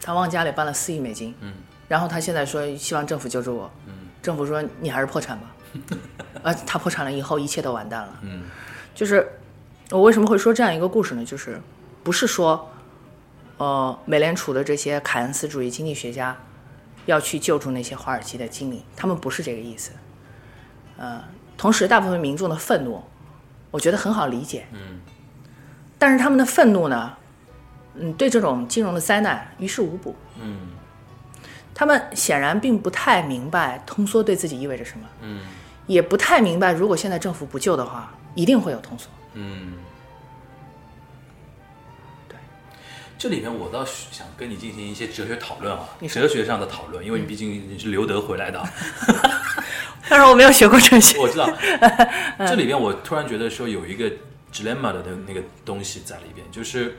[SPEAKER 3] 他往家里搬了四亿美金。嗯，然后他现在说希望政府救助我。嗯，政府说你还是破产吧。 啊，他破产了以后，一切都完蛋了。嗯，就是我为什么会说这样一个故事呢？就是不是说呃，美联储的这些凯恩斯主义经济学家要去救助那些华尔街的精灵，他们不是这个意思。呃，同时，大部分民众的愤怒，我觉得很好理解。嗯。但是他们的愤怒呢，嗯，对这种金融的灾难于事无补。嗯。他们显然并不太明白通缩对自己意味着什么。嗯。也不太明白，如果现在政府不救的话，一定会有通缩。
[SPEAKER 2] 这里面我倒是想跟你进行一些哲学讨论啊，
[SPEAKER 3] 你说
[SPEAKER 2] 哲学上的讨论，因为你毕竟你是留德回来的啊，
[SPEAKER 3] 但是我没有学过哲学。
[SPEAKER 2] 我知道。这里边我突然觉得说有一个 dilemma 的那那个东西在里边，就是。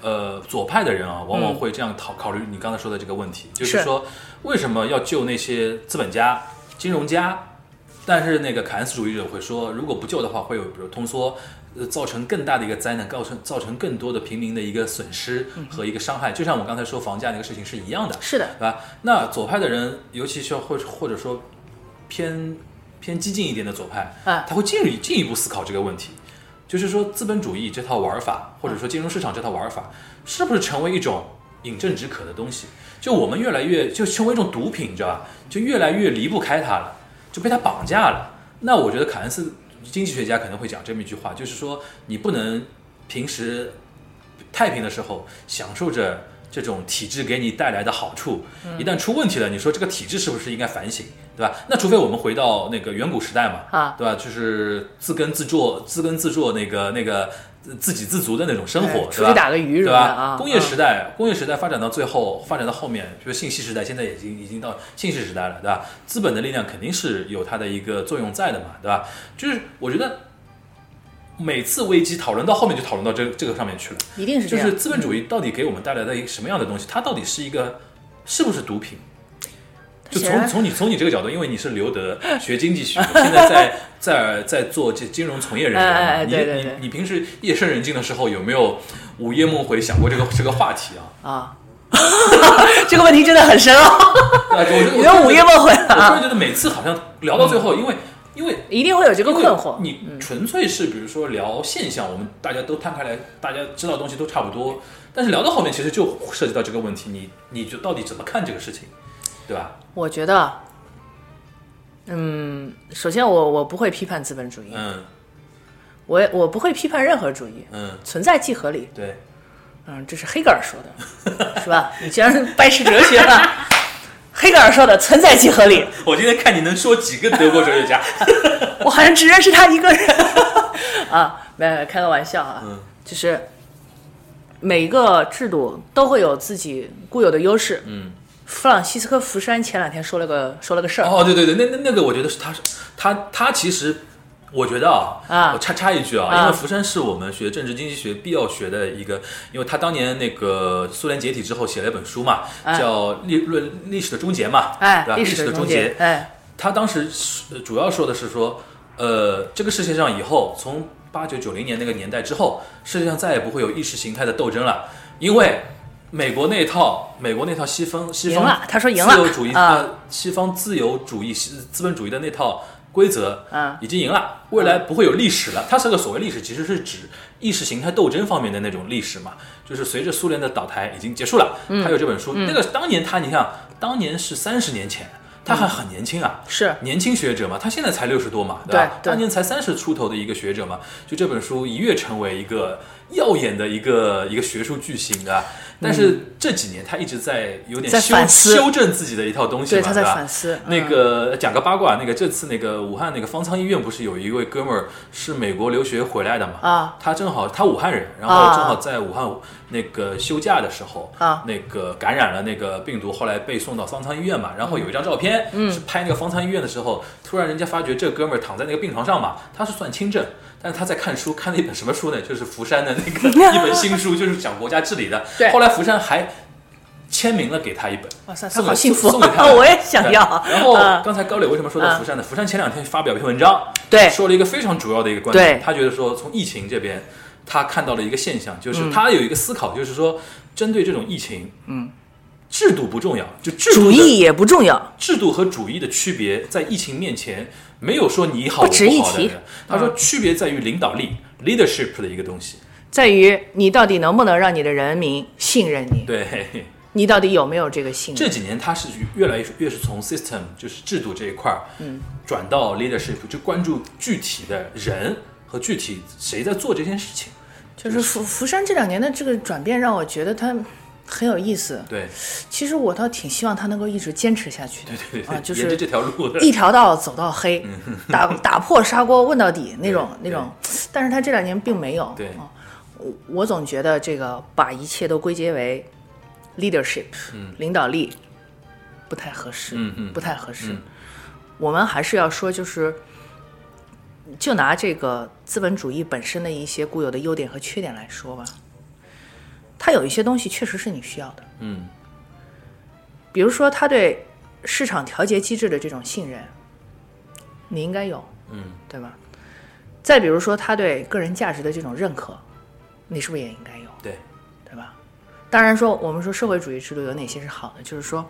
[SPEAKER 2] 呃，左派的人啊，往往会这样考考虑你刚才说的这个问题，就是
[SPEAKER 3] 是
[SPEAKER 2] 说为什么要救那些资本家、金融家？但是那个凯恩斯主义者会说，如果不救的话，会有比如通缩，呃，造成更大的一个灾难，造成造成更多的平民的一个损失和一个伤害，就像我刚才说房价那个事情是一样的。
[SPEAKER 3] 是的，
[SPEAKER 2] 对吧？那左派的人，尤其是或或者说偏偏激进一点的左派，
[SPEAKER 3] 嗯
[SPEAKER 2] 他会进一进一步思考这个问题，就是说资本主义这套玩法，或者说金融市场这套玩法，是不是成为一种饮鸩止渴的东西。就我们越来越就成为一种毒品，你知道吧？就越来越离不开它了，就被它绑架了。那我觉得凯恩斯经济学家可能会讲这么一句话，就是说你不能平时呃太平的时候享受着这种体制给你带来的好处，
[SPEAKER 3] 嗯
[SPEAKER 2] 一旦出问题了，你说这个体制是不是应该反省，对吧？那除非我们回到那个远古时代嘛，
[SPEAKER 3] 啊
[SPEAKER 2] 对吧？就是自耕自作、自耕自作那个那个呃自给自足的那种生活，
[SPEAKER 3] 哎
[SPEAKER 2] 对
[SPEAKER 3] 出
[SPEAKER 2] 吧？
[SPEAKER 3] 去打个鱼什么
[SPEAKER 2] 对吧？
[SPEAKER 3] 的啊。
[SPEAKER 2] 工业
[SPEAKER 3] 嗯
[SPEAKER 2] 时代，工业时代发展到最后，发展到后面，就是信息时代，现在已经已经到信息时代了，对吧？资本的力量肯定是有它的一个作用在的嘛，对吧？就是我觉得每次危机讨论到后面就讨论到这这个上面去了，
[SPEAKER 3] 一定是这
[SPEAKER 2] 就
[SPEAKER 3] 样。
[SPEAKER 2] 是资本主义到底给我们带来的一个什么样的东西？它到底是一个是不是毒品？就
[SPEAKER 3] 显
[SPEAKER 2] 从
[SPEAKER 3] 然
[SPEAKER 2] 从你从你这个角度，因为你是留 德学经济学，现在在在在做这金融从业人员嘛，
[SPEAKER 3] 哎哎哎对对
[SPEAKER 2] 你
[SPEAKER 3] 对
[SPEAKER 2] 你你平时夜深人静的时候有没有午夜梦回想过这个这个话题啊？
[SPEAKER 3] 啊， 这个问题真的很深哦 奥，
[SPEAKER 2] 对啊我觉得
[SPEAKER 3] 你的午夜梦回了
[SPEAKER 2] 我突然
[SPEAKER 3] 啊，
[SPEAKER 2] 觉得每次好像聊到最后，因为因为
[SPEAKER 3] 一定会有这个
[SPEAKER 2] 因为
[SPEAKER 3] 困惑。
[SPEAKER 2] 你纯粹是比如说聊现象，我们大家都摊开来，大家知道的东西都差不多，但是聊到后面其实就涉及到这个问题，你你就到底怎么看这个事情，对吧？
[SPEAKER 3] 我觉得，嗯，首先我我不会批判资本主义，
[SPEAKER 2] 嗯
[SPEAKER 3] 我也我不会批判任何主义，
[SPEAKER 2] 嗯，
[SPEAKER 3] 存在即合理。
[SPEAKER 2] 对，
[SPEAKER 3] 嗯，这是黑格尔说的，是 吧？你竟然掰扯哲学了。黑格尔说的“存在即合理
[SPEAKER 2] 我今天看你能说几个德国哲学家，”，
[SPEAKER 3] 我好像只认识他一个人 啊，没有没有开个玩笑啊，
[SPEAKER 2] 嗯
[SPEAKER 3] 就是每一个制度都会有自己固有的优势，
[SPEAKER 2] 嗯。
[SPEAKER 3] 弗朗西斯科·福山前两天说了个说了个事儿，
[SPEAKER 2] 哦，对对对，那那那个，我觉得是他是他他其实，我觉得啊，
[SPEAKER 3] 啊
[SPEAKER 2] 我插插一句啊，
[SPEAKER 3] 啊
[SPEAKER 2] 因为福山是我们学政治经济学必要学的一个，因为他当年那个苏联解体之后写了一本书嘛，
[SPEAKER 3] 哎
[SPEAKER 2] 叫《历论历史的终结》嘛，
[SPEAKER 3] 哎
[SPEAKER 2] 对吧？，啊
[SPEAKER 3] 历
[SPEAKER 2] 历史
[SPEAKER 3] 的
[SPEAKER 2] 终
[SPEAKER 3] 结，哎，
[SPEAKER 2] 他当时是呃主要说的是说，呃，这个世界上以后从八九九零年那个年代之后，世界上再也不会有意识形态的斗争了，因为美国那套美国那套西方西
[SPEAKER 3] 赢
[SPEAKER 2] 方
[SPEAKER 3] 了他说赢了
[SPEAKER 2] 自由主义
[SPEAKER 3] 啊
[SPEAKER 2] 呃西方自由主义西资本主义的那套规则
[SPEAKER 3] 嗯
[SPEAKER 2] 已经赢了，未来不会有历史了。它这个所谓历史其实是指意识形态斗争方面的那种历史嘛，就是随着苏联的倒台已经结束了。他有这本书，那个当年他你看当年是三十年前。他还很年轻啊，
[SPEAKER 3] 是
[SPEAKER 2] 年轻学者嘛，他现在才六十多嘛，对吧？
[SPEAKER 3] 对对
[SPEAKER 2] 当年才三十出头的一个学者嘛，就这本书一跃成为一个耀眼的一个一个学术巨星，对吧？但是这几年他一直在有点
[SPEAKER 3] 嗯在
[SPEAKER 2] 修
[SPEAKER 3] 反思
[SPEAKER 2] 修正自己的一套东西嘛，
[SPEAKER 3] 对，他在
[SPEAKER 2] 吧
[SPEAKER 3] 反思
[SPEAKER 2] 那个讲个八卦，那个这次那个武汉那个方舱医院不是有一位哥们儿是美国留学回来的嘛？
[SPEAKER 3] 啊，
[SPEAKER 2] 他正好他武汉人，然后
[SPEAKER 3] 啊
[SPEAKER 2] 正好在武汉那个休假的时候
[SPEAKER 3] 啊
[SPEAKER 2] 那个感染了那个病毒，后来被送到方舱医院嘛。然后有一张照片，
[SPEAKER 3] 嗯
[SPEAKER 2] 是拍那个方舱医院的时候，突然人家发觉这哥们儿躺在那个病床上嘛，他是算轻症。但是他在看书，看了一本什么书呢？就是福山的那 个一本新书，就是讲国家治理的。
[SPEAKER 3] 对
[SPEAKER 2] 后来福山还签名了给他一本。
[SPEAKER 3] 哇塞，他
[SPEAKER 2] 送给
[SPEAKER 3] 好幸福
[SPEAKER 2] 送给他
[SPEAKER 3] 啊， 我也想要。
[SPEAKER 2] 对然后
[SPEAKER 3] 啊
[SPEAKER 2] 刚才高磊为什么说到福山呢？福山前两天发表一篇文章，
[SPEAKER 3] 对
[SPEAKER 2] 说了一个非常主要的一个观点
[SPEAKER 3] 对，
[SPEAKER 2] 他觉得说从疫情这边，他看到了一个现象，
[SPEAKER 3] 嗯
[SPEAKER 2] 就是他有一个思考，就是说针对这种疫情，嗯，制度不重要，就制度
[SPEAKER 3] 主
[SPEAKER 2] 的
[SPEAKER 3] 义也不重要，
[SPEAKER 2] 制度和主义的区别，在疫情面前没有说你好我
[SPEAKER 3] 不值一
[SPEAKER 2] 好的
[SPEAKER 3] 提嗯
[SPEAKER 2] 人，他说区别在于领导力 （leadership） 的一个东西。
[SPEAKER 3] 在于你到底能不能让你的人民信任你，
[SPEAKER 2] 对，
[SPEAKER 3] 你到底有没有这个信
[SPEAKER 2] 这
[SPEAKER 3] 任？
[SPEAKER 2] 几年他是越来越是从 system 就是制度这一块儿，嗯，转到 leadership 就关注具体的人和具体谁在做这件事情。
[SPEAKER 3] 就是福福山这两年的这个转变，让我觉得他很有意思。
[SPEAKER 2] 对
[SPEAKER 3] 其实我倒挺希望他能够一直坚持下去的，
[SPEAKER 2] 对对，
[SPEAKER 3] 啊，就
[SPEAKER 2] 沿着
[SPEAKER 3] 是
[SPEAKER 2] 这条路的，
[SPEAKER 3] 一条道走到黑，打 打破砂锅问到底那种那
[SPEAKER 2] 对
[SPEAKER 3] 种，但是他这两年并没有。
[SPEAKER 2] 对
[SPEAKER 3] 啊我我总觉得这个把一切都归结为 leadership，、领导力不太合适，
[SPEAKER 2] 嗯嗯
[SPEAKER 3] 不太合适。
[SPEAKER 2] 嗯
[SPEAKER 3] 我们还是要说，就是就拿这个资本主义本身的一些固有的优点和缺点来说吧，它有一些东西确实是你需要的，
[SPEAKER 2] 嗯，
[SPEAKER 3] 比如说他对市场调节机制的这种信任，你应该有，
[SPEAKER 2] 嗯，
[SPEAKER 3] 对吧？再比如说他对个人价值的这种认可，你是不是也应该有，
[SPEAKER 2] 对，
[SPEAKER 3] 对吧？当然说，我们说社会主义制度有哪些是好的，就是说，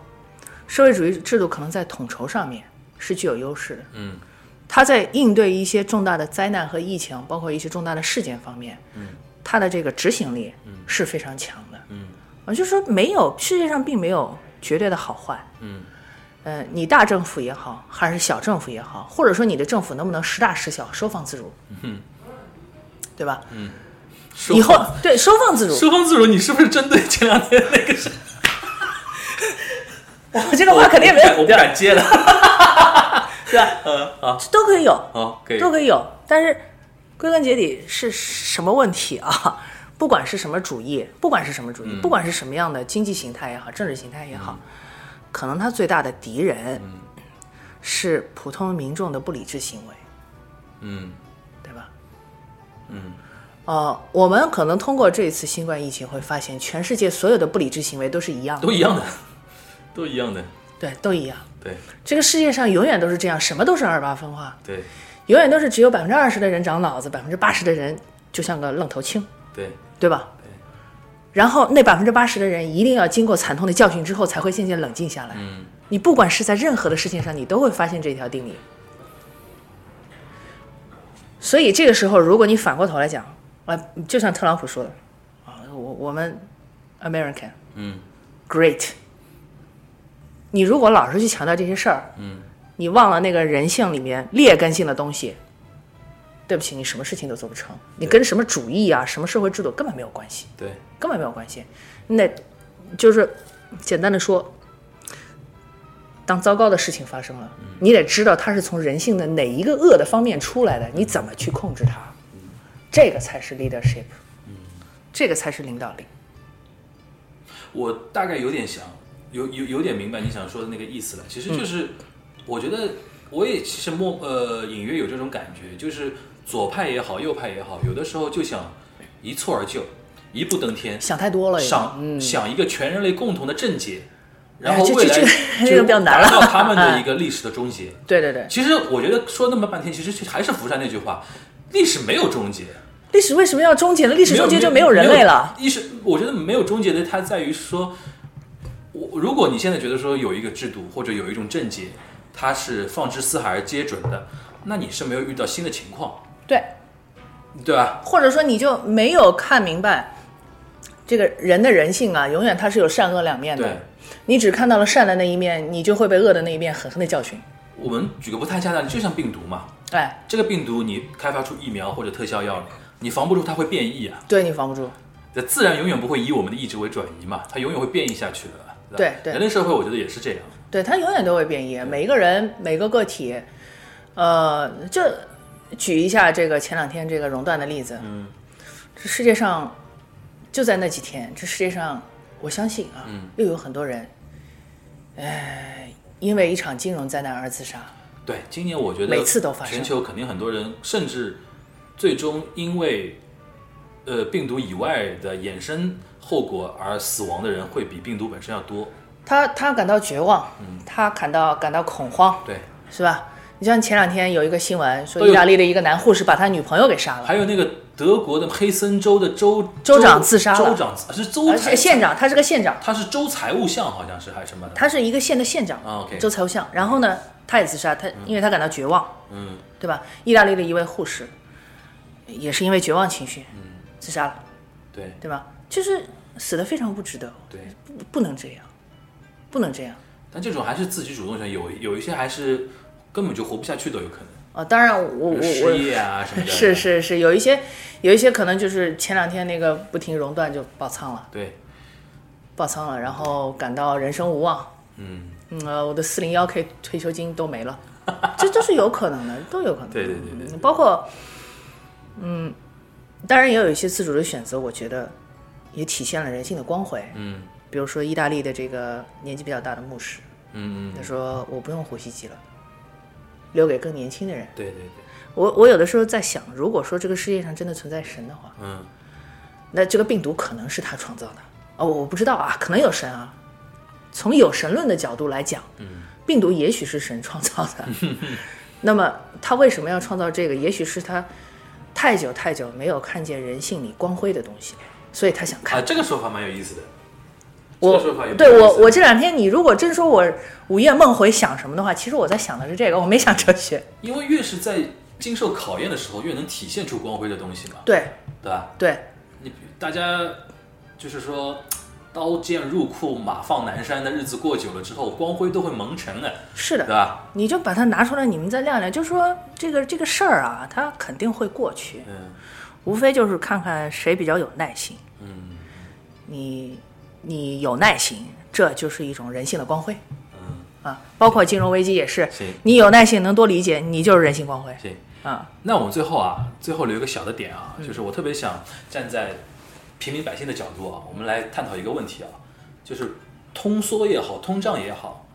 [SPEAKER 3] 社会主义制度可能在统筹上面是具有优势的，
[SPEAKER 2] 嗯，
[SPEAKER 3] 它在应对一些重大的灾难和疫情，包括一些重大的事件方面，嗯，它的这个执行力是非常强的，嗯，啊，就是说没有世界上并没有绝对的好坏，嗯，呃，你大政府也好，还是小政府也好，或者说你的政府能不能实大实小，收放自如，嗯，对吧？
[SPEAKER 2] 收
[SPEAKER 3] 以后
[SPEAKER 2] 放
[SPEAKER 3] 对收放自如，
[SPEAKER 2] 收放自如，你是不是针对前两天那个事？
[SPEAKER 3] 我这个话肯定没
[SPEAKER 2] 我不敢我
[SPEAKER 3] 有
[SPEAKER 2] 不敢接了。
[SPEAKER 3] 对吧？
[SPEAKER 2] 嗯，好，
[SPEAKER 3] 都可以有，
[SPEAKER 2] 好，可以
[SPEAKER 3] 都。可以有，但是归根结底是什么问题啊？ 不管是什么主义，不管是什么主义，不管是什么样的经济形态也好，政治形态也好，可能他最大的敌人是普通民众的不理智行为，
[SPEAKER 2] 嗯
[SPEAKER 3] 对吧？嗯，呃，我们可能通过这一次新冠疫情会发现，全世界所有的不理智行为都是一样的，
[SPEAKER 2] 都一样的，都一样的。
[SPEAKER 3] 对，都一样。
[SPEAKER 2] 对
[SPEAKER 3] 这个世界上永远都是这样，什么都是二八分化，
[SPEAKER 2] 对
[SPEAKER 3] 永远都是只有百分之二十的人长脑子，百分之八十的人就像个愣头青，
[SPEAKER 2] 对，
[SPEAKER 3] 对吧？然后那百分之八十的人一定要经过惨痛的教训之后，才会渐渐冷静下来。
[SPEAKER 2] 嗯，
[SPEAKER 3] 你不管是在任何的事情上，你都会发现这条定理。所以这个时候，如果你反过头来讲，啊，就像特朗普说的，啊，我我们 American
[SPEAKER 2] 嗯
[SPEAKER 3] great，你如果老是去强调这些事儿，
[SPEAKER 2] 嗯，
[SPEAKER 3] 你忘了那个人性里面劣根性的东西，对不起，你什么事情都做不成，你跟什么主义啊、什么社会制度根本没有关系。
[SPEAKER 2] 对，
[SPEAKER 3] 根本没有关系。那就是简单的说，当糟糕的事情发生了，你得知道它是从人性的哪一个恶的方面出来的，你怎么去控制它，这个才是 leadership，这个才是领导力。
[SPEAKER 2] 我大概有点想，有有有点明白你想说的那个意思了。其实就是，
[SPEAKER 3] 嗯
[SPEAKER 2] 我觉得我也其实默呃隐约有这种感觉，就是左派也好，右派也好，有的时候就想一蹴而就，一步登天，
[SPEAKER 3] 想太多了，嗯
[SPEAKER 2] 想、想一个全人类共同的症结，然后
[SPEAKER 3] 哎这
[SPEAKER 2] 未 来
[SPEAKER 3] 这这个这个比较难了
[SPEAKER 2] 达到他们的一 个历史的终结。
[SPEAKER 3] 对对对，
[SPEAKER 2] 其实我觉得说那么半天，其实还是福山那句话：历史没有终结。
[SPEAKER 3] 历史为什么要终结呢？历史终结就
[SPEAKER 2] 没
[SPEAKER 3] 没有人类了。。
[SPEAKER 2] 一是我觉得没有终结的，它在于说，我如果你现在觉得说有一个制度或者有一种症结，它是放之四海而皆准的，那你是没有遇到新的情况，
[SPEAKER 3] 对，
[SPEAKER 2] 对吧？
[SPEAKER 3] 或者说你就没有看明白。这个人的人性啊，永远它是有善恶两面的
[SPEAKER 2] 对。
[SPEAKER 3] 你只看到了善的那一面，你就会被恶的那一面狠狠的教训。
[SPEAKER 2] 我们举个不太恰当的，就像病毒嘛，
[SPEAKER 3] 哎，
[SPEAKER 2] 这个病毒你开发出疫苗或者特效药，你防不住它会变异啊。
[SPEAKER 3] 对你防不住。
[SPEAKER 2] 这自然永远不会以我们的意志为转移嘛，它永远会变异下去的。吧
[SPEAKER 3] 对对
[SPEAKER 2] 人类社会我觉得也是这样。
[SPEAKER 3] 对，它永远都会变异。每一个人，每个个体，呃，就举一下这个前两天这个熔断的例子。嗯，这世界上就在那几天，这世界上我相信啊，又有很多人，呃，因为一场金融灾难而自杀。
[SPEAKER 2] 对，今年我觉得
[SPEAKER 3] 每次都发生
[SPEAKER 2] 全球肯定很多人，甚至最终因为呃病毒以外的衍生后果而死亡的人会比病毒本身要多。
[SPEAKER 3] 他他感到绝望，
[SPEAKER 2] 嗯
[SPEAKER 3] 他感到感到恐慌，
[SPEAKER 2] 对，
[SPEAKER 3] 是吧？你像前两天有一个新闻说，
[SPEAKER 2] 都有
[SPEAKER 3] 意大利的一个男护士把他女朋友给杀了，
[SPEAKER 2] 还有那个德国的黑森州的州
[SPEAKER 3] 州长自杀了
[SPEAKER 2] 州长呃是州
[SPEAKER 3] 而且
[SPEAKER 2] 财
[SPEAKER 3] 县长，他是个县长，
[SPEAKER 2] 他是州财务相好像是还是什么的，
[SPEAKER 3] 他是一个县的县长，
[SPEAKER 2] 啊，OK
[SPEAKER 3] 周财务相。然后呢，他也自杀，他因为他感到绝望，
[SPEAKER 2] 嗯，
[SPEAKER 3] 对吧？意大利的一位护士也是因为绝望情绪，
[SPEAKER 2] 嗯
[SPEAKER 3] 自杀了，
[SPEAKER 2] 对
[SPEAKER 3] 对吧？就是死的非常不值得，
[SPEAKER 2] 对。
[SPEAKER 3] 不不能这样，不能这样。
[SPEAKER 2] 但这种还是自己主动权，有有一些还是根本就活不下去都有可能，
[SPEAKER 3] 哦，当然我我
[SPEAKER 2] 比如失
[SPEAKER 3] 我
[SPEAKER 2] 业啊什么的。
[SPEAKER 3] 是是是，有一些有一些可能就是前两天那个不停熔断就爆仓了，
[SPEAKER 2] 对，
[SPEAKER 3] 爆仓了，然后感到人生无望，
[SPEAKER 2] 嗯，
[SPEAKER 3] 嗯，呃，我的四零幺 k 退休金都没了，这都是有可能的，都有可能。
[SPEAKER 2] 对对对对对
[SPEAKER 3] 嗯包括，嗯，当然也有一些自主的选择，我觉得也体现了人性的光辉。
[SPEAKER 2] 嗯
[SPEAKER 3] 比如说意大利的这个年纪比较大的牧师，
[SPEAKER 2] 嗯嗯，
[SPEAKER 3] 他说我不用呼吸机了，留给更年轻的人。
[SPEAKER 2] 对对对，
[SPEAKER 3] 我我有的时候在想，如果说这个世界上真的存在神的话，
[SPEAKER 2] 嗯
[SPEAKER 3] 那这个病毒可能是他创造的哦，我我不知道啊，可能有神啊。从有神论的角度来讲，
[SPEAKER 2] 嗯
[SPEAKER 3] 病毒也许是神创造的。 那么他为什么要创造这个？也许是他太久太久没有看见人性里光辉的东西，所以他想看。
[SPEAKER 2] 啊，这个说法蛮有意思的。
[SPEAKER 3] 我
[SPEAKER 2] 这个说法也不好意
[SPEAKER 3] 对
[SPEAKER 2] 思
[SPEAKER 3] 我我这两天，你如果真说我午夜梦回想什么的话，其实我在想的是这个，我没想哲学。
[SPEAKER 2] 因为越是在经受考验的时候，越能体现出光辉的东西嘛，
[SPEAKER 3] 对
[SPEAKER 2] 对吧？
[SPEAKER 3] 对
[SPEAKER 2] 你大家就是说，刀剑入库，马放南山的日子过久了之后，光辉都会蒙尘的，
[SPEAKER 3] 是
[SPEAKER 2] 对
[SPEAKER 3] 的，
[SPEAKER 2] 吧？
[SPEAKER 3] 你就把它拿出来，你们再晾晾，就说这个这个事儿啊，它肯定会过去，
[SPEAKER 2] 嗯
[SPEAKER 3] 无非就是看看谁比较有耐心。
[SPEAKER 2] 嗯
[SPEAKER 3] 你你有耐心，这就是一种人性的光辉
[SPEAKER 2] 嗯，
[SPEAKER 3] 啊！包括金融危机也是
[SPEAKER 2] 行，
[SPEAKER 3] 你有耐心能多理解，你就是人性光辉
[SPEAKER 2] 行。
[SPEAKER 3] 啊！
[SPEAKER 2] 那我们最后啊，最后留一个小的点啊，就是我特别想站在平民百姓的角度啊，我们来探讨一个问题啊，就是通缩也好，通胀也好，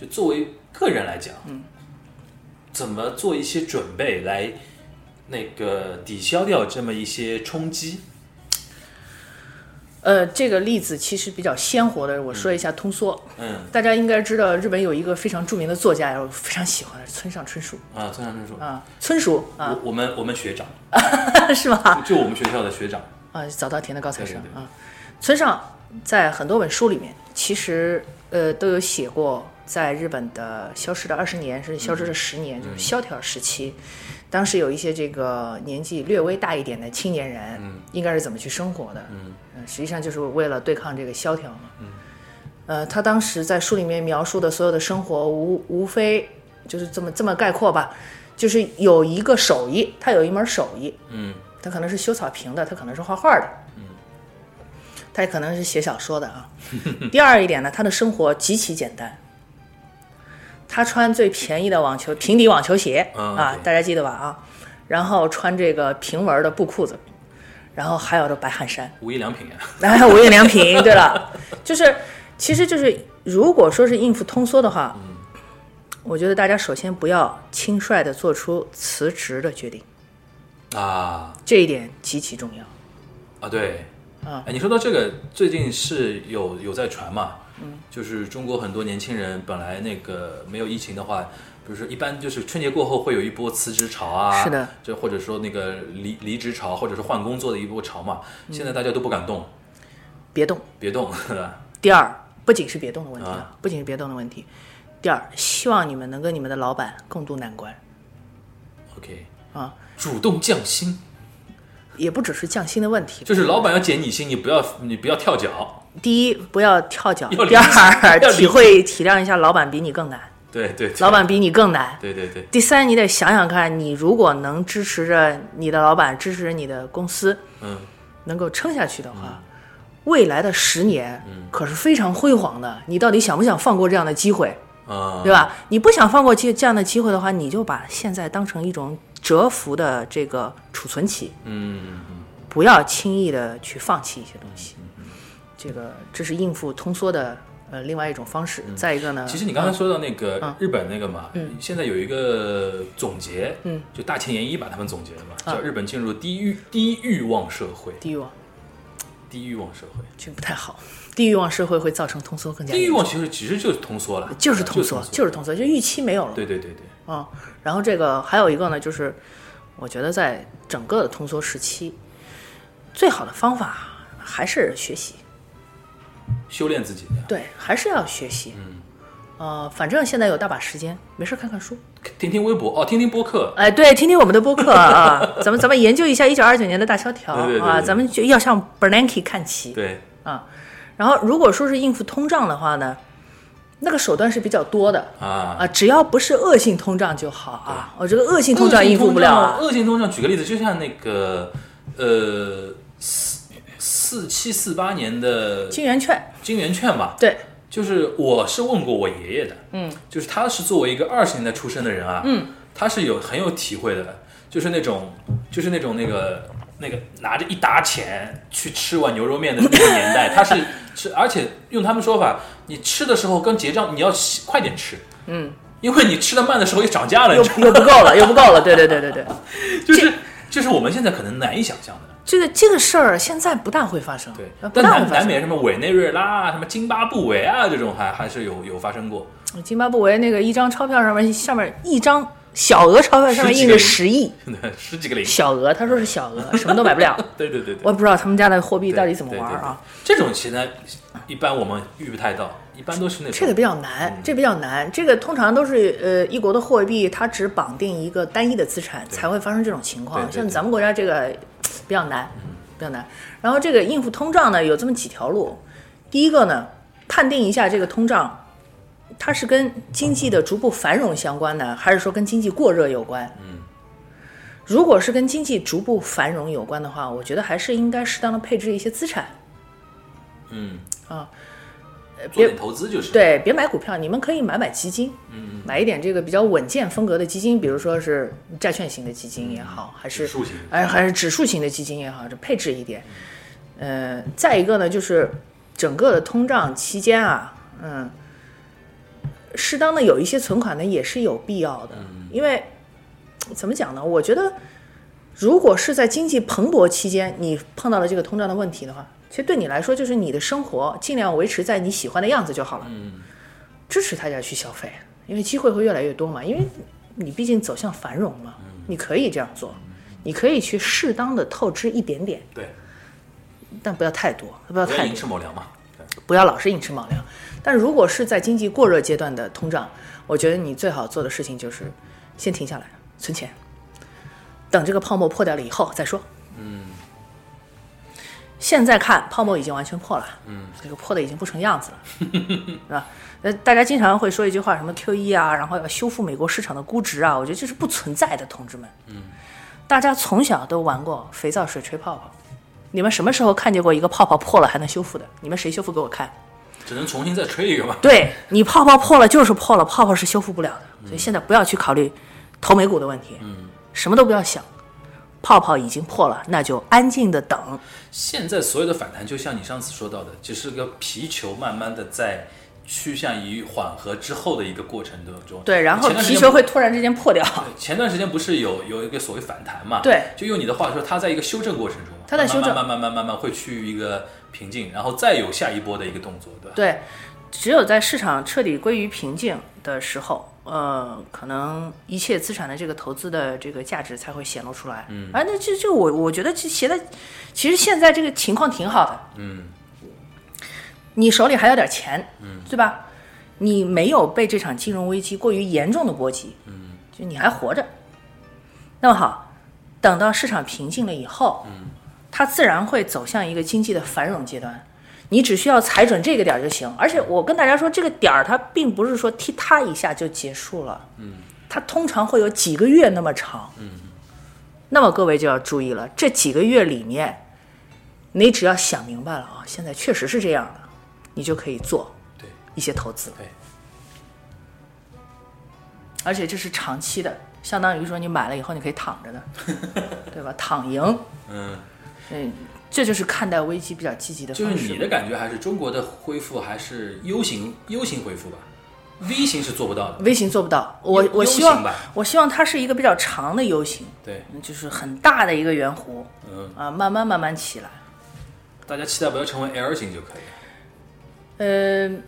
[SPEAKER 2] 就作为个人来讲，嗯，怎么做一些准备来那个抵消掉这么一些冲击？
[SPEAKER 3] 呃，这个例子其实比较鲜活的，我说一下通缩。
[SPEAKER 2] 嗯
[SPEAKER 3] 大家应该知道，日本有一个非常著名的作家，我非常喜欢的村上春树
[SPEAKER 2] 啊，村上春树，
[SPEAKER 3] 啊，村叔啊，
[SPEAKER 2] 我我们我们学长，
[SPEAKER 3] 是吧？
[SPEAKER 2] 就我们学校的学长，
[SPEAKER 3] 啊，早稻田的高材生
[SPEAKER 2] 对对对
[SPEAKER 3] 啊，村上在很多本书里面，其实呃都有写过，在日本的消失的二十年，是消
[SPEAKER 2] 嗯
[SPEAKER 3] 失的十年，就是萧条时期，当时有一些这个年纪略微大一点的青年人，
[SPEAKER 2] 嗯
[SPEAKER 3] 应该是怎么去生活的？嗯、实际上就是为了对抗这个萧条嘛。嗯、呃，他当时在书里面描述的所有的生活，无无非就是这么这么概括吧，就是有一个手艺，他有一门手艺，
[SPEAKER 2] 嗯
[SPEAKER 3] 他可能是修草坪的，他可能是画画的，嗯，他也可能是写小说的啊。第二一点呢，他的生活极其简单，他穿最便宜的网球平底网球鞋、
[SPEAKER 2] 嗯
[SPEAKER 3] 啊
[SPEAKER 2] 对，
[SPEAKER 3] 大家记得吧啊？然后穿这个平纹的布裤子，然后还有这白汗衫，
[SPEAKER 2] 无印良品呀、
[SPEAKER 3] 然后无印良品。对了，就是其实就是如果说是应付通缩的话，我觉得大家首先不要轻率的做出辞职的决定，
[SPEAKER 2] 啊，啊
[SPEAKER 3] 这一点极其重要。
[SPEAKER 2] 啊，对，
[SPEAKER 3] 啊
[SPEAKER 2] 哎，你说到这个，最近是有有在传嘛，嗯，就是中国很多年轻人本来那个没有疫情的话，比如说一般就是春节过后会有一波辞职潮啊，
[SPEAKER 3] 是的，
[SPEAKER 2] 就或者说那个离离职潮，或者是换工作的一波潮嘛，
[SPEAKER 3] 嗯
[SPEAKER 2] 现在大家都不敢动，
[SPEAKER 3] 别动。
[SPEAKER 2] 别动， 对吧？
[SPEAKER 3] 第二，不仅是别动的问题
[SPEAKER 2] 啊
[SPEAKER 3] 啊，不仅是别动的问题。第二，希望你们能跟你们的老板共度难关
[SPEAKER 2] OK，
[SPEAKER 3] 啊，
[SPEAKER 2] 主动降薪，
[SPEAKER 3] 也不只是降薪的问题。
[SPEAKER 2] 就是老板要减你薪，你不要你不要跳脚，
[SPEAKER 3] 第一，不要跳脚；
[SPEAKER 2] 要理
[SPEAKER 3] 第二
[SPEAKER 2] 要，理
[SPEAKER 3] 体会体谅一下老板比你更难，
[SPEAKER 2] 对对，对
[SPEAKER 3] 老，板比你更难。
[SPEAKER 2] 对对对，
[SPEAKER 3] 第三，你得想想看，你如果能支持着你的老板，支持着你的公司，
[SPEAKER 2] 嗯，
[SPEAKER 3] 能够撑下去的话，未来的十年
[SPEAKER 2] 嗯
[SPEAKER 3] 可是非常辉煌的。你到底想不想放过这样的机会？
[SPEAKER 2] 啊、
[SPEAKER 3] 对吧？你不想放过这这样的机会的话，你就把现在当成一种蛰伏的这个储存期，
[SPEAKER 2] 嗯，
[SPEAKER 3] 不要轻易的去放弃一些东西。这个这是应付通缩的呃另外一种方式。再一个呢，
[SPEAKER 2] 嗯其实你刚才说到那
[SPEAKER 3] 嗯
[SPEAKER 2] 个日本那个嘛，现在有一个总结，嗯，就大前研一把他们总结了嘛，
[SPEAKER 3] 嗯
[SPEAKER 2] 叫日本进入低欲低欲望社会，
[SPEAKER 3] 地域网
[SPEAKER 2] 低欲望社会，
[SPEAKER 3] 这不太好，地域网社会会造成通缩更加
[SPEAKER 2] 低欲
[SPEAKER 3] 严重
[SPEAKER 2] 望其实其实就是通缩了，
[SPEAKER 3] 就是
[SPEAKER 2] 通
[SPEAKER 3] 通缩，就是通缩，就预期没有了。
[SPEAKER 2] 对对对对，
[SPEAKER 3] 啊、然后这个还有一个呢，就是我觉得在整个的通缩时期，最好的方法还是学习。
[SPEAKER 2] 修炼自己的，
[SPEAKER 3] 对，还是要学习。嗯，呃，反正现在有大把时间，没事儿看看书。
[SPEAKER 2] 听听微博哦，听听播客，
[SPEAKER 3] 哎，对，听听我们的播客啊，咱们咱们研究一下一九二九年的大萧条
[SPEAKER 2] 对对对
[SPEAKER 3] 啊，
[SPEAKER 2] 对
[SPEAKER 3] 咱们就要向 Bernanke 看齐
[SPEAKER 2] 对，
[SPEAKER 3] 啊。然后，如果说是应付通胀的话呢，那个手段是比较多的
[SPEAKER 2] 啊，
[SPEAKER 3] 啊，只要不是恶性通胀就好啊。我觉得恶性通胀
[SPEAKER 2] 恶
[SPEAKER 3] 应付不了啊。
[SPEAKER 2] 恶性通胀，举个例子，就像那个呃四四七四八年的
[SPEAKER 3] 金圆券，
[SPEAKER 2] 金圆券吧，
[SPEAKER 3] 对，
[SPEAKER 2] 就是我是问过我爷爷的，嗯，就是他是作为一个二十年代出生的人啊，嗯，他是有很有体会的，就是那种就是那种那个那个拿着一沓钱去吃碗牛肉面的那个年 代，他是是，而且用他们说法，你吃的时候跟结账你要快点吃，嗯，因为你吃的慢的时候又涨价了，你
[SPEAKER 3] 又
[SPEAKER 2] 知道吗
[SPEAKER 3] 又不够了，又不够了。对对对对对，
[SPEAKER 2] 就是就是我们现在可能难以想象的。
[SPEAKER 3] 这个这个事儿现在不大会发生，
[SPEAKER 2] 对
[SPEAKER 3] 呃，不
[SPEAKER 2] 但
[SPEAKER 3] 大会
[SPEAKER 2] 南
[SPEAKER 3] 发
[SPEAKER 2] 南
[SPEAKER 3] 生。
[SPEAKER 2] 美什么委内瑞拉啊，什么津巴布韦啊，这种还还是有有发生过。
[SPEAKER 3] 津巴布韦那个一张钞票上面上面一张小额钞票上面印着
[SPEAKER 2] 十
[SPEAKER 3] 十亿，
[SPEAKER 2] 十几个零，
[SPEAKER 3] 小额，他说是小额，什么都买不 了。
[SPEAKER 2] 对对对对。
[SPEAKER 3] 我也不知道他们家的货币
[SPEAKER 2] 对
[SPEAKER 3] 到底怎么玩
[SPEAKER 2] 对对
[SPEAKER 3] 啊，
[SPEAKER 2] 对这种棋呢，一般我们遇不太到，一般都是那种
[SPEAKER 3] 这个比较
[SPEAKER 2] 嗯
[SPEAKER 3] 难，这比较难。这个通常都是呃一国的货币，它只绑定一个单一的资产才会发生这种情
[SPEAKER 2] 对
[SPEAKER 3] 况。
[SPEAKER 2] 对
[SPEAKER 3] 像
[SPEAKER 2] 对嗯
[SPEAKER 3] 咱们国家这个比较难，比较难。然后这个应付通胀呢，有这么几条路。第一个呢，判定一下这个通胀，它是跟经济的逐步繁荣相关呢，还是说跟经济过热有关？嗯，如果是跟经济逐步繁荣有关的话，我觉得还是应该适当的配置一些资产，
[SPEAKER 2] 嗯，
[SPEAKER 3] 呃
[SPEAKER 2] 做
[SPEAKER 3] 别
[SPEAKER 2] 点投资就是。，
[SPEAKER 3] 对，别买股票，你们可以买买基金，嗯，买一点这个比较稳健风格的基金，比如说是债券型的基金也好，还是
[SPEAKER 2] 指数型的
[SPEAKER 3] 哎还是指数型的基金也好，这配置一点。呃，再一个呢，就是整个的通胀期间啊，嗯，适当的有一些存款呢也是有必要的，因为怎么讲呢？我觉得如果是在经济蓬勃期间，你碰到了这个通胀的问题的话，其实对你来说就是你的生活尽量维持在你喜欢的样子就好了。嗯，支持大家去消费，因为机会会越来越多嘛，因为你毕竟走向繁荣嘛，你可以这样做，你可以去适当的透支一点点，
[SPEAKER 2] 对，
[SPEAKER 3] 但不要太多，不要
[SPEAKER 2] 不要
[SPEAKER 3] 太多
[SPEAKER 2] 寅。吃卯粮嘛。对
[SPEAKER 3] 不要老是寅吃卯粮。但如果是在经济过热阶段的通胀，我觉得你最好做的事情就是先停下来存钱，等这个泡沫破掉了以后再说。嗯，现在看泡沫已经完全破了，嗯，这个破的已经不成样子了，是吧？呃，大家经常会说一句话，什么 QE 啊，然后要修复美国市场的估值啊，我觉得这是不存在的，同志们。嗯，大家从小都玩过肥皂水吹泡泡，你们什么时候看见过一个泡泡破了还能修复的？你们谁修复给我看？
[SPEAKER 2] 只能重新再吹一个吧。
[SPEAKER 3] 对你泡泡破了就是破了，泡泡是修复不了的，所以现在不要去考虑投美股的问题，嗯，什么都不要想，泡泡已经破了，那就安静的等，
[SPEAKER 2] 现在所有的反弹，就像你上次说到的，只是个皮球慢慢的在趋向于缓和之后的一个过程当中。
[SPEAKER 3] 对，然后
[SPEAKER 2] 前段时
[SPEAKER 3] 皮
[SPEAKER 2] 间
[SPEAKER 3] 球会突然之间破掉，
[SPEAKER 2] 前段时间不是有有一个所谓反弹嘛？
[SPEAKER 3] 对
[SPEAKER 2] 就用你的话说，它在一个修正过程中嘛，
[SPEAKER 3] 它在修正
[SPEAKER 2] 慢慢慢慢慢慢慢会去一个瓶颈，然后再有下一波的一个动作，对吧？
[SPEAKER 3] 对，只有在市场彻底归于平静的时候，呃，可能一切资产的这个投资的这个价值才会显露出来。嗯，啊，那这这我我觉得这现在其实现在这个情况挺好的。嗯，你手里还有点钱，嗯，对吧？你没有被这场金融危机过于严重的波及，嗯，就你还活着。那么好，等到市场平静了以后，嗯，它自然会走向一个经济的繁荣阶段。你只需要踩准这个点儿就行。而且我跟大家说，这个点儿它并不是说踢踏一下就结束了，嗯，它通常会有几个月那么长，嗯。那么各位就要注意了，这几个月里面，你只要想明白了啊，现在确实是这样的，你就可以做
[SPEAKER 2] 对
[SPEAKER 3] 一些投资，
[SPEAKER 2] 对，
[SPEAKER 3] 而且这是长期的，相当于说你买了以后你可以躺 着的，对吧？躺赢，
[SPEAKER 2] 嗯，
[SPEAKER 3] 嗯，这就是看待危机比较积极的
[SPEAKER 2] 就是
[SPEAKER 3] 方式。
[SPEAKER 2] 你的感觉还是中国的恢复还是 U 型 U 型恢复吧，V 型是做不到的。
[SPEAKER 3] 微型做不到，我我
[SPEAKER 2] U
[SPEAKER 3] 希望
[SPEAKER 2] 型吧
[SPEAKER 3] 我希望它是一个比较长的 U 型，
[SPEAKER 2] 对，
[SPEAKER 3] 嗯就是很大的一个圆弧
[SPEAKER 2] 嗯，
[SPEAKER 3] 啊，慢慢慢慢起来。
[SPEAKER 2] 大家期待不要成为 L 型就可以了，
[SPEAKER 3] 呃，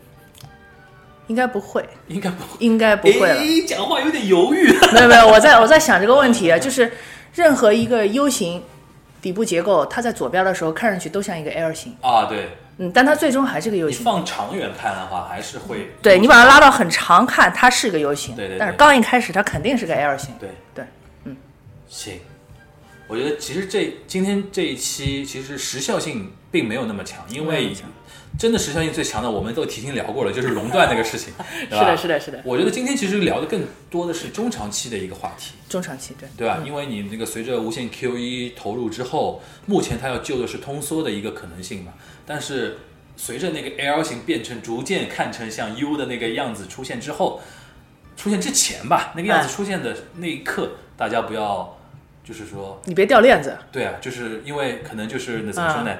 [SPEAKER 3] 应该不会，
[SPEAKER 2] 应该不会。
[SPEAKER 3] 应该不会了。
[SPEAKER 2] 哎，讲话有点犹豫。
[SPEAKER 3] 没有没有，我在我在想这个问题啊，就是任何一个 U 型底部结构，它在左边的时候看上去都像一个 L 型，
[SPEAKER 2] 啊，对，
[SPEAKER 3] 嗯，但它最终还是个 U
[SPEAKER 2] 你
[SPEAKER 3] 型。
[SPEAKER 2] 放长远看的话，还是会
[SPEAKER 3] 嗯对你把它拉到很长看，它是个 U 型，
[SPEAKER 2] 对对对
[SPEAKER 3] 但是刚一开始它肯定是个 L 型。
[SPEAKER 2] 对
[SPEAKER 3] 对，
[SPEAKER 2] 行，我觉得其实这今天这一期其实时效性并没有那么强，
[SPEAKER 3] 没
[SPEAKER 2] 因
[SPEAKER 3] 有那
[SPEAKER 2] 为
[SPEAKER 3] 么强
[SPEAKER 2] 真的时效性最强的，我们都提前聊过了，就是熔断那 个事情，是
[SPEAKER 3] 是
[SPEAKER 2] 吧？
[SPEAKER 3] 的，是的，是的，
[SPEAKER 2] 我觉得今天其实聊的更多的是中长期的一个话题，
[SPEAKER 3] 中长期对。
[SPEAKER 2] 对吧？因为你那个随着无限 QE 投入之后，目前它要救的是通缩的一个可能性嘛，但是随着那个 L 型变成逐渐看成像 U 的那个样子出现之后，出现之前吧，那个样子
[SPEAKER 3] 哎
[SPEAKER 2] 出现的那一刻，大家不要就是说
[SPEAKER 3] 你别掉链子，
[SPEAKER 2] 对啊，就是因为可能就是那怎么说呢？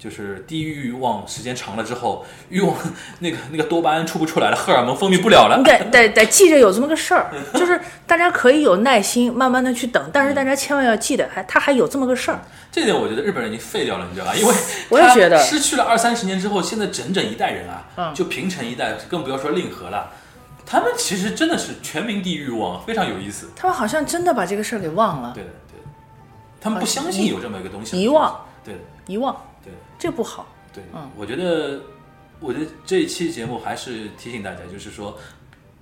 [SPEAKER 2] 就是低欲望时间长了之后，欲望那个那个多巴胺出不出来了，荷尔蒙分泌不了了
[SPEAKER 3] 你。 得得得记着有这么个事儿，就是大家可以有耐心，慢慢的去等，但是大家千万要记得，还他还有这么个事儿。
[SPEAKER 2] 这点我觉得日本人已经废掉了，你知道吧？因为
[SPEAKER 3] 我也
[SPEAKER 2] 他
[SPEAKER 3] 觉得
[SPEAKER 2] 失去了二三十年之后，现在整整一代人啊，
[SPEAKER 3] 嗯
[SPEAKER 2] 就平成一代，更不要说令和了。他们其实真的是全民地欲望，非常有意思。
[SPEAKER 3] 他们好像真的把这个事儿给忘了，
[SPEAKER 2] 对的，对的，他们不相信有这么一个东西。
[SPEAKER 3] 遗忘。
[SPEAKER 2] 对的，
[SPEAKER 3] 遗忘，
[SPEAKER 2] 对的。
[SPEAKER 3] 这不好。
[SPEAKER 2] 对，
[SPEAKER 3] 嗯
[SPEAKER 2] 我觉得，我觉得这一期节目还是提醒大家，就是说，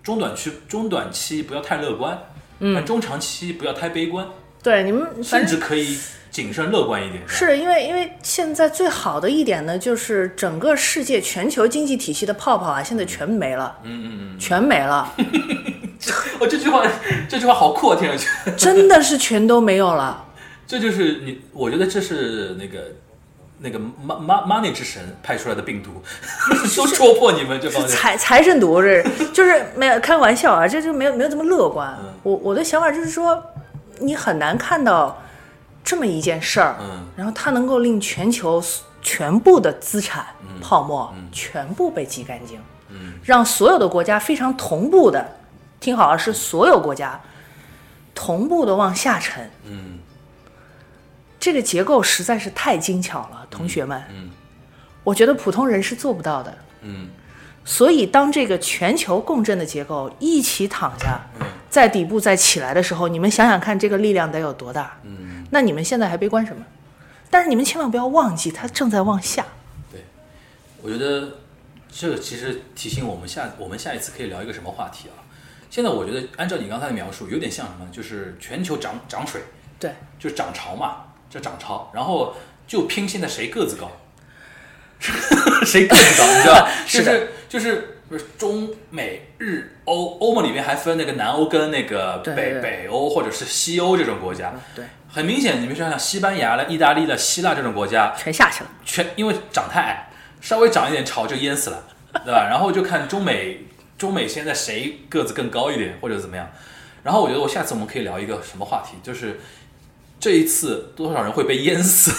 [SPEAKER 2] 中短期中短期不要太乐观，嗯，中长期不要太悲观，
[SPEAKER 3] 对你们反
[SPEAKER 2] 甚
[SPEAKER 3] 正
[SPEAKER 2] 至可以谨慎乐观一点。吧，
[SPEAKER 3] 是因为因为现在最好的一点呢，就是整个世界全球经济体系的泡泡啊，现在全没了，嗯嗯嗯，全没了，
[SPEAKER 2] 哦，这句话这句话好酷啊！听上去，
[SPEAKER 3] 真的是全都没有了。
[SPEAKER 2] 这就是你，我觉得这是那个那个 ma- ma- money 之神派出来的病毒，都戳破你们这帮人。
[SPEAKER 3] 财财神毒这就是没有开玩笑啊，这就没有没有这么乐观。
[SPEAKER 2] 嗯
[SPEAKER 3] 我我的想法就是说，你很难看到这么一件事儿，
[SPEAKER 2] 嗯
[SPEAKER 3] 然后它能够令全球 s- 全部的资产
[SPEAKER 2] 嗯
[SPEAKER 3] 泡沫、全部被挤干净，让所有的国家非常同步的，听好了，啊是所有国家同步的往下沉。
[SPEAKER 2] 嗯
[SPEAKER 3] 这个结构实在是太精巧了，同学们，
[SPEAKER 2] 嗯
[SPEAKER 3] 我觉得普通人是做不到的。
[SPEAKER 2] 嗯
[SPEAKER 3] 所以，当这个全球共振的结构一起躺下，
[SPEAKER 2] 嗯
[SPEAKER 3] 在底部再起来的时候，你们想想看，这个力量得有多大？
[SPEAKER 2] 嗯，
[SPEAKER 3] 那你们现在还悲观什么？但是你们千万不要忘记，它正在往下。
[SPEAKER 2] 对，我觉得这个其实提醒我们下我们下一次可以聊一个什么话题啊？现在我觉得按照你刚才的描述，有点像什么，就是全球涨涨水，
[SPEAKER 3] 对，
[SPEAKER 2] 就是涨潮嘛，这涨潮，然后就拼现在谁个子高， 谁个子高，你知道吧？
[SPEAKER 3] 是
[SPEAKER 2] 就
[SPEAKER 3] 的
[SPEAKER 2] 是就是不是中美日欧，欧盟里面还分那个南欧跟那个北
[SPEAKER 3] 对对嗯
[SPEAKER 2] 北欧或者是西欧这种国家。
[SPEAKER 3] 对，
[SPEAKER 2] 很明显，你们想想，西班牙了、意大利了、希腊这种国家，
[SPEAKER 3] 全下去了。
[SPEAKER 2] 全因为长太矮，稍微长一点潮就淹死了，对吧？然后就看中美，中美现在谁个子更高一点，或者怎么样。然后我觉得我下次我们可以聊一个什么话题，就是这一次多少人会被淹死？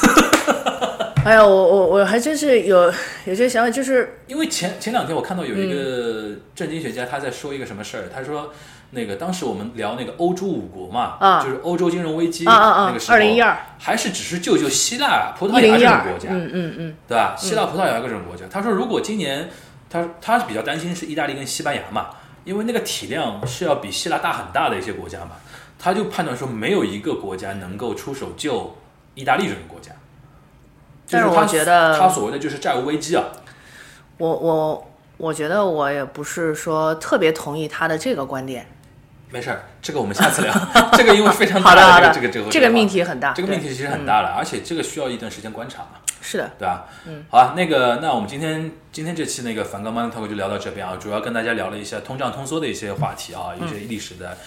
[SPEAKER 3] 哎呀，我我我还真是有 有这个想法，就是
[SPEAKER 2] 因为前前两天我看到有一个
[SPEAKER 3] 嗯
[SPEAKER 2] 政经学家他在说一个什么事儿，他说那个当时我们聊那个欧洲五国嘛，
[SPEAKER 3] 啊
[SPEAKER 2] 就是欧洲金融危机
[SPEAKER 3] 啊啊啊
[SPEAKER 2] 那个时候，
[SPEAKER 3] 2012
[SPEAKER 2] 还是只是救救希腊、葡萄
[SPEAKER 3] 一
[SPEAKER 2] 牙
[SPEAKER 3] 零一
[SPEAKER 2] 这
[SPEAKER 3] 二
[SPEAKER 2] 种国，家，
[SPEAKER 3] 嗯嗯嗯，
[SPEAKER 2] 对吧？希腊、葡萄牙各种国家，他说如果今年他他比较担心是意大利跟西班牙嘛，因为那个体量是要比希腊大很大的一些国家嘛，他就判断说没有一个国家能够出手救意大利这种国家。就
[SPEAKER 3] 但是
[SPEAKER 2] 他
[SPEAKER 3] 我觉得
[SPEAKER 2] 他所谓的就是债务危机啊，
[SPEAKER 3] 我我我觉得我也不是说特别同意他的这个观点。
[SPEAKER 2] 没事儿，这个我们 下次聊。这个因为非常
[SPEAKER 3] 好
[SPEAKER 2] 大
[SPEAKER 3] 的好的，
[SPEAKER 2] 这个这个
[SPEAKER 3] 这个命，题很大，
[SPEAKER 2] 这个命题
[SPEAKER 3] 对嗯
[SPEAKER 2] 其实很大了，而且这个需要一段时间观察嘛。
[SPEAKER 3] 是的，
[SPEAKER 2] 对吧？嗯，好啊，那个，那我们今天今天这期那个梵高 Money Talk 就聊到这边啊，主要跟大家聊了一下通胀通缩的一些话题啊，
[SPEAKER 3] 嗯
[SPEAKER 2] 一些历史的。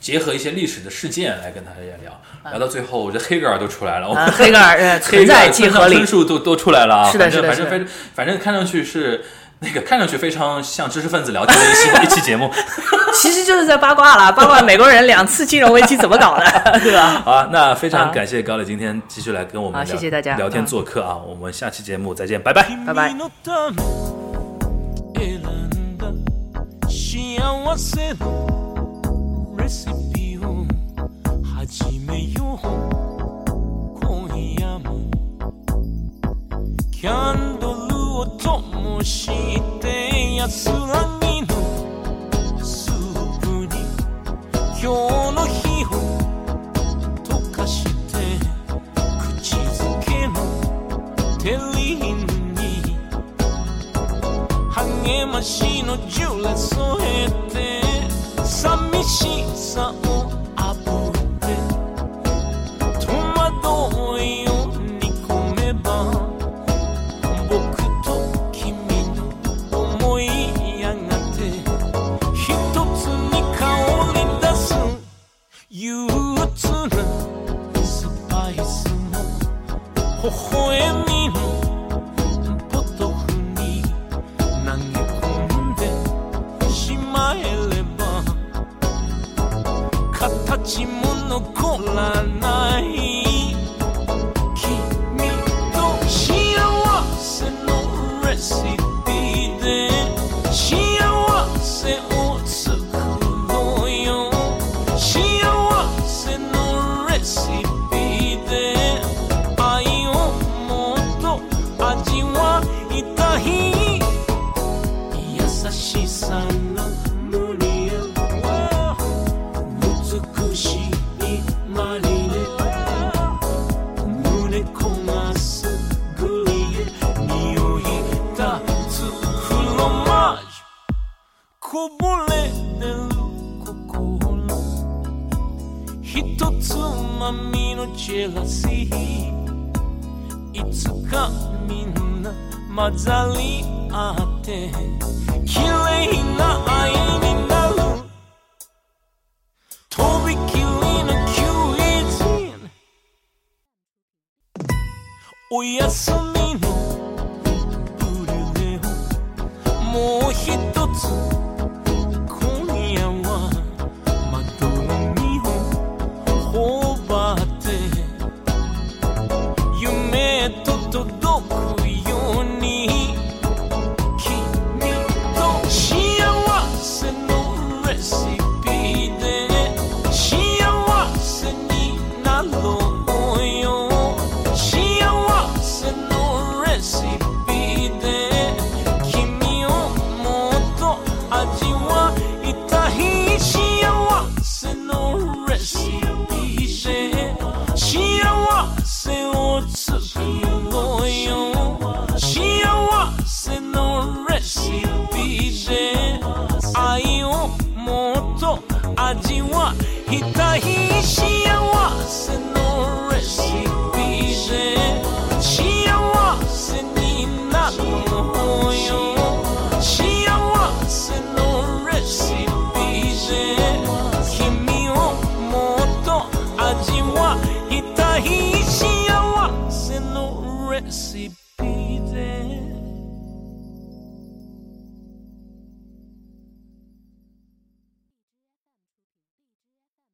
[SPEAKER 2] 结合一些历史的事件来跟大家聊，聊到最后，我这黑格尔都出来了，我
[SPEAKER 3] 啊，黑格尔呃 嗯
[SPEAKER 2] 黑
[SPEAKER 3] 存
[SPEAKER 2] 格尔
[SPEAKER 3] 在即合理
[SPEAKER 2] 分，数都都出来了啊，
[SPEAKER 3] 是的是的
[SPEAKER 2] 反
[SPEAKER 3] 是
[SPEAKER 2] 正
[SPEAKER 3] 的
[SPEAKER 2] 反正反正看上去是那个看上去非常像知识分子聊天的 一期一期节目，
[SPEAKER 3] 其实就是在八卦了，八卦美国人两次金融危机怎么搞的，对吧？
[SPEAKER 2] 好啊，那非常
[SPEAKER 3] 好
[SPEAKER 2] 感谢高磊今天继续来跟我们
[SPEAKER 3] 好
[SPEAKER 2] 聊，
[SPEAKER 3] 谢谢大家
[SPEAKER 2] 聊天
[SPEAKER 3] 嗯
[SPEAKER 2] 做客啊，我们下期节目再见，拜拜。
[SPEAKER 3] 拜拜
[SPEAKER 4] 君のため選んだ幸せのレシピを始めよう今夜もキャンドルを灯して安らぎのスープに今日の日を溶かして口づけのテリーに励ましのジュレ添えて寂しさをあぶって戸惑いを煮込めば僕と君の思いやがて一つに香り出す憂鬱なスパイスの微笑みのポトフに投げ込んでしまえれば形も残らない君と幸せのレシピで幸せを作ろうよ幸せのレシピで愛をもっと味わいたい優しさの無理や美しいマリネ胸焦がすグリエ匂いたみのジェラシーいつかみんな混ざり合って綺麗な愛になるとびきりの休日おやすみのブルネオもう一つ今夜は窓の身を頬張って夢へと届くように君と幸せのレシピで幸せになろうよ幸せのレシピで君をもっと味わいたい幸せのレシピで幸せを作ろうよ幸せのレシピで愛をもっと味わいたい幸せのレシピで幸せになろうよ